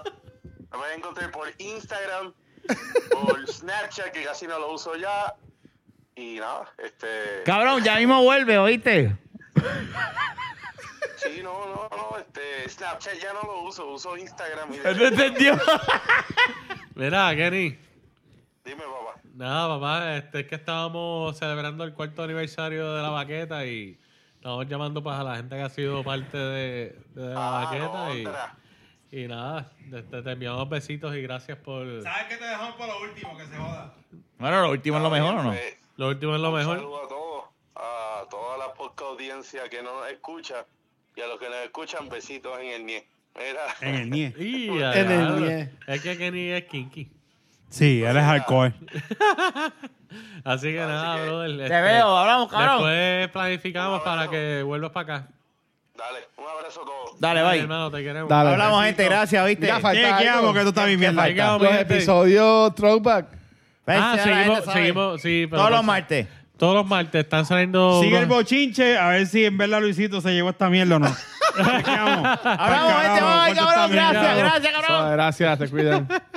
Me voy a encontrar por Instagram, por Snapchat, que casi no lo uso ya. Y nada, este.
Cabrón, ya mismo vuelve, ¿oíste?
Sí, no, no, no, este. Snapchat ya no lo uso, uso Instagram. Y
¿No entendió?
Mira, Kenny.
Dime, papá.
Nada, papá, este, es que estábamos celebrando el cuarto aniversario de la vaqueta y estamos llamando pues, a la gente que ha sido parte de, de la
Ah,
vaqueta. y-
otra.
y, nada, este, te enviamos besitos y gracias por...
¿Sabes qué te dejamos para lo último? Que se joda.
Bueno, lo último es lo mejor, ¿o no?
Pues,
Lo último es lo
Un
mejor.
saludo a todos, a toda la poca audiencia que no nos escucha y a los que nos escuchan, besitos en el nie. Mira,
En el nie.
Y
En el
diablo.
nie.
es que Kenny es kinky.
Sí, él es hardcore.
Así que nada, brother. este,
Te veo, hablamos, cabrón.
Después planificamos para que vuelvas para acá.
dale, un abrazo a todos.
Dale,
Dale,
bye.
hermano, te queremos.
Dale.
Hablamos, gente, gracias, ¿oíste?
Mira, falta
¿Qué
algo.
hago? Que tú estás viviendo.
Ahí quedamos,
Los
gente.
episodios throwback.
Ah,
Ves, ya la
seguimos,
gente sabe.
seguimos, sí.
Este
pero
Todos los
pasa-
martes.
Todos los martes están saliendo...
Sigue el
unos-
bochinche, a ver si en verdad Luisito se llevó esta mierda o no. Chequeamos. Pa'l
Hablamos, gente,
carajo,
bye,
corta esta
cabrón,
mierda.
gracias, gracias, cabrón.
So, gracias, te cuidan.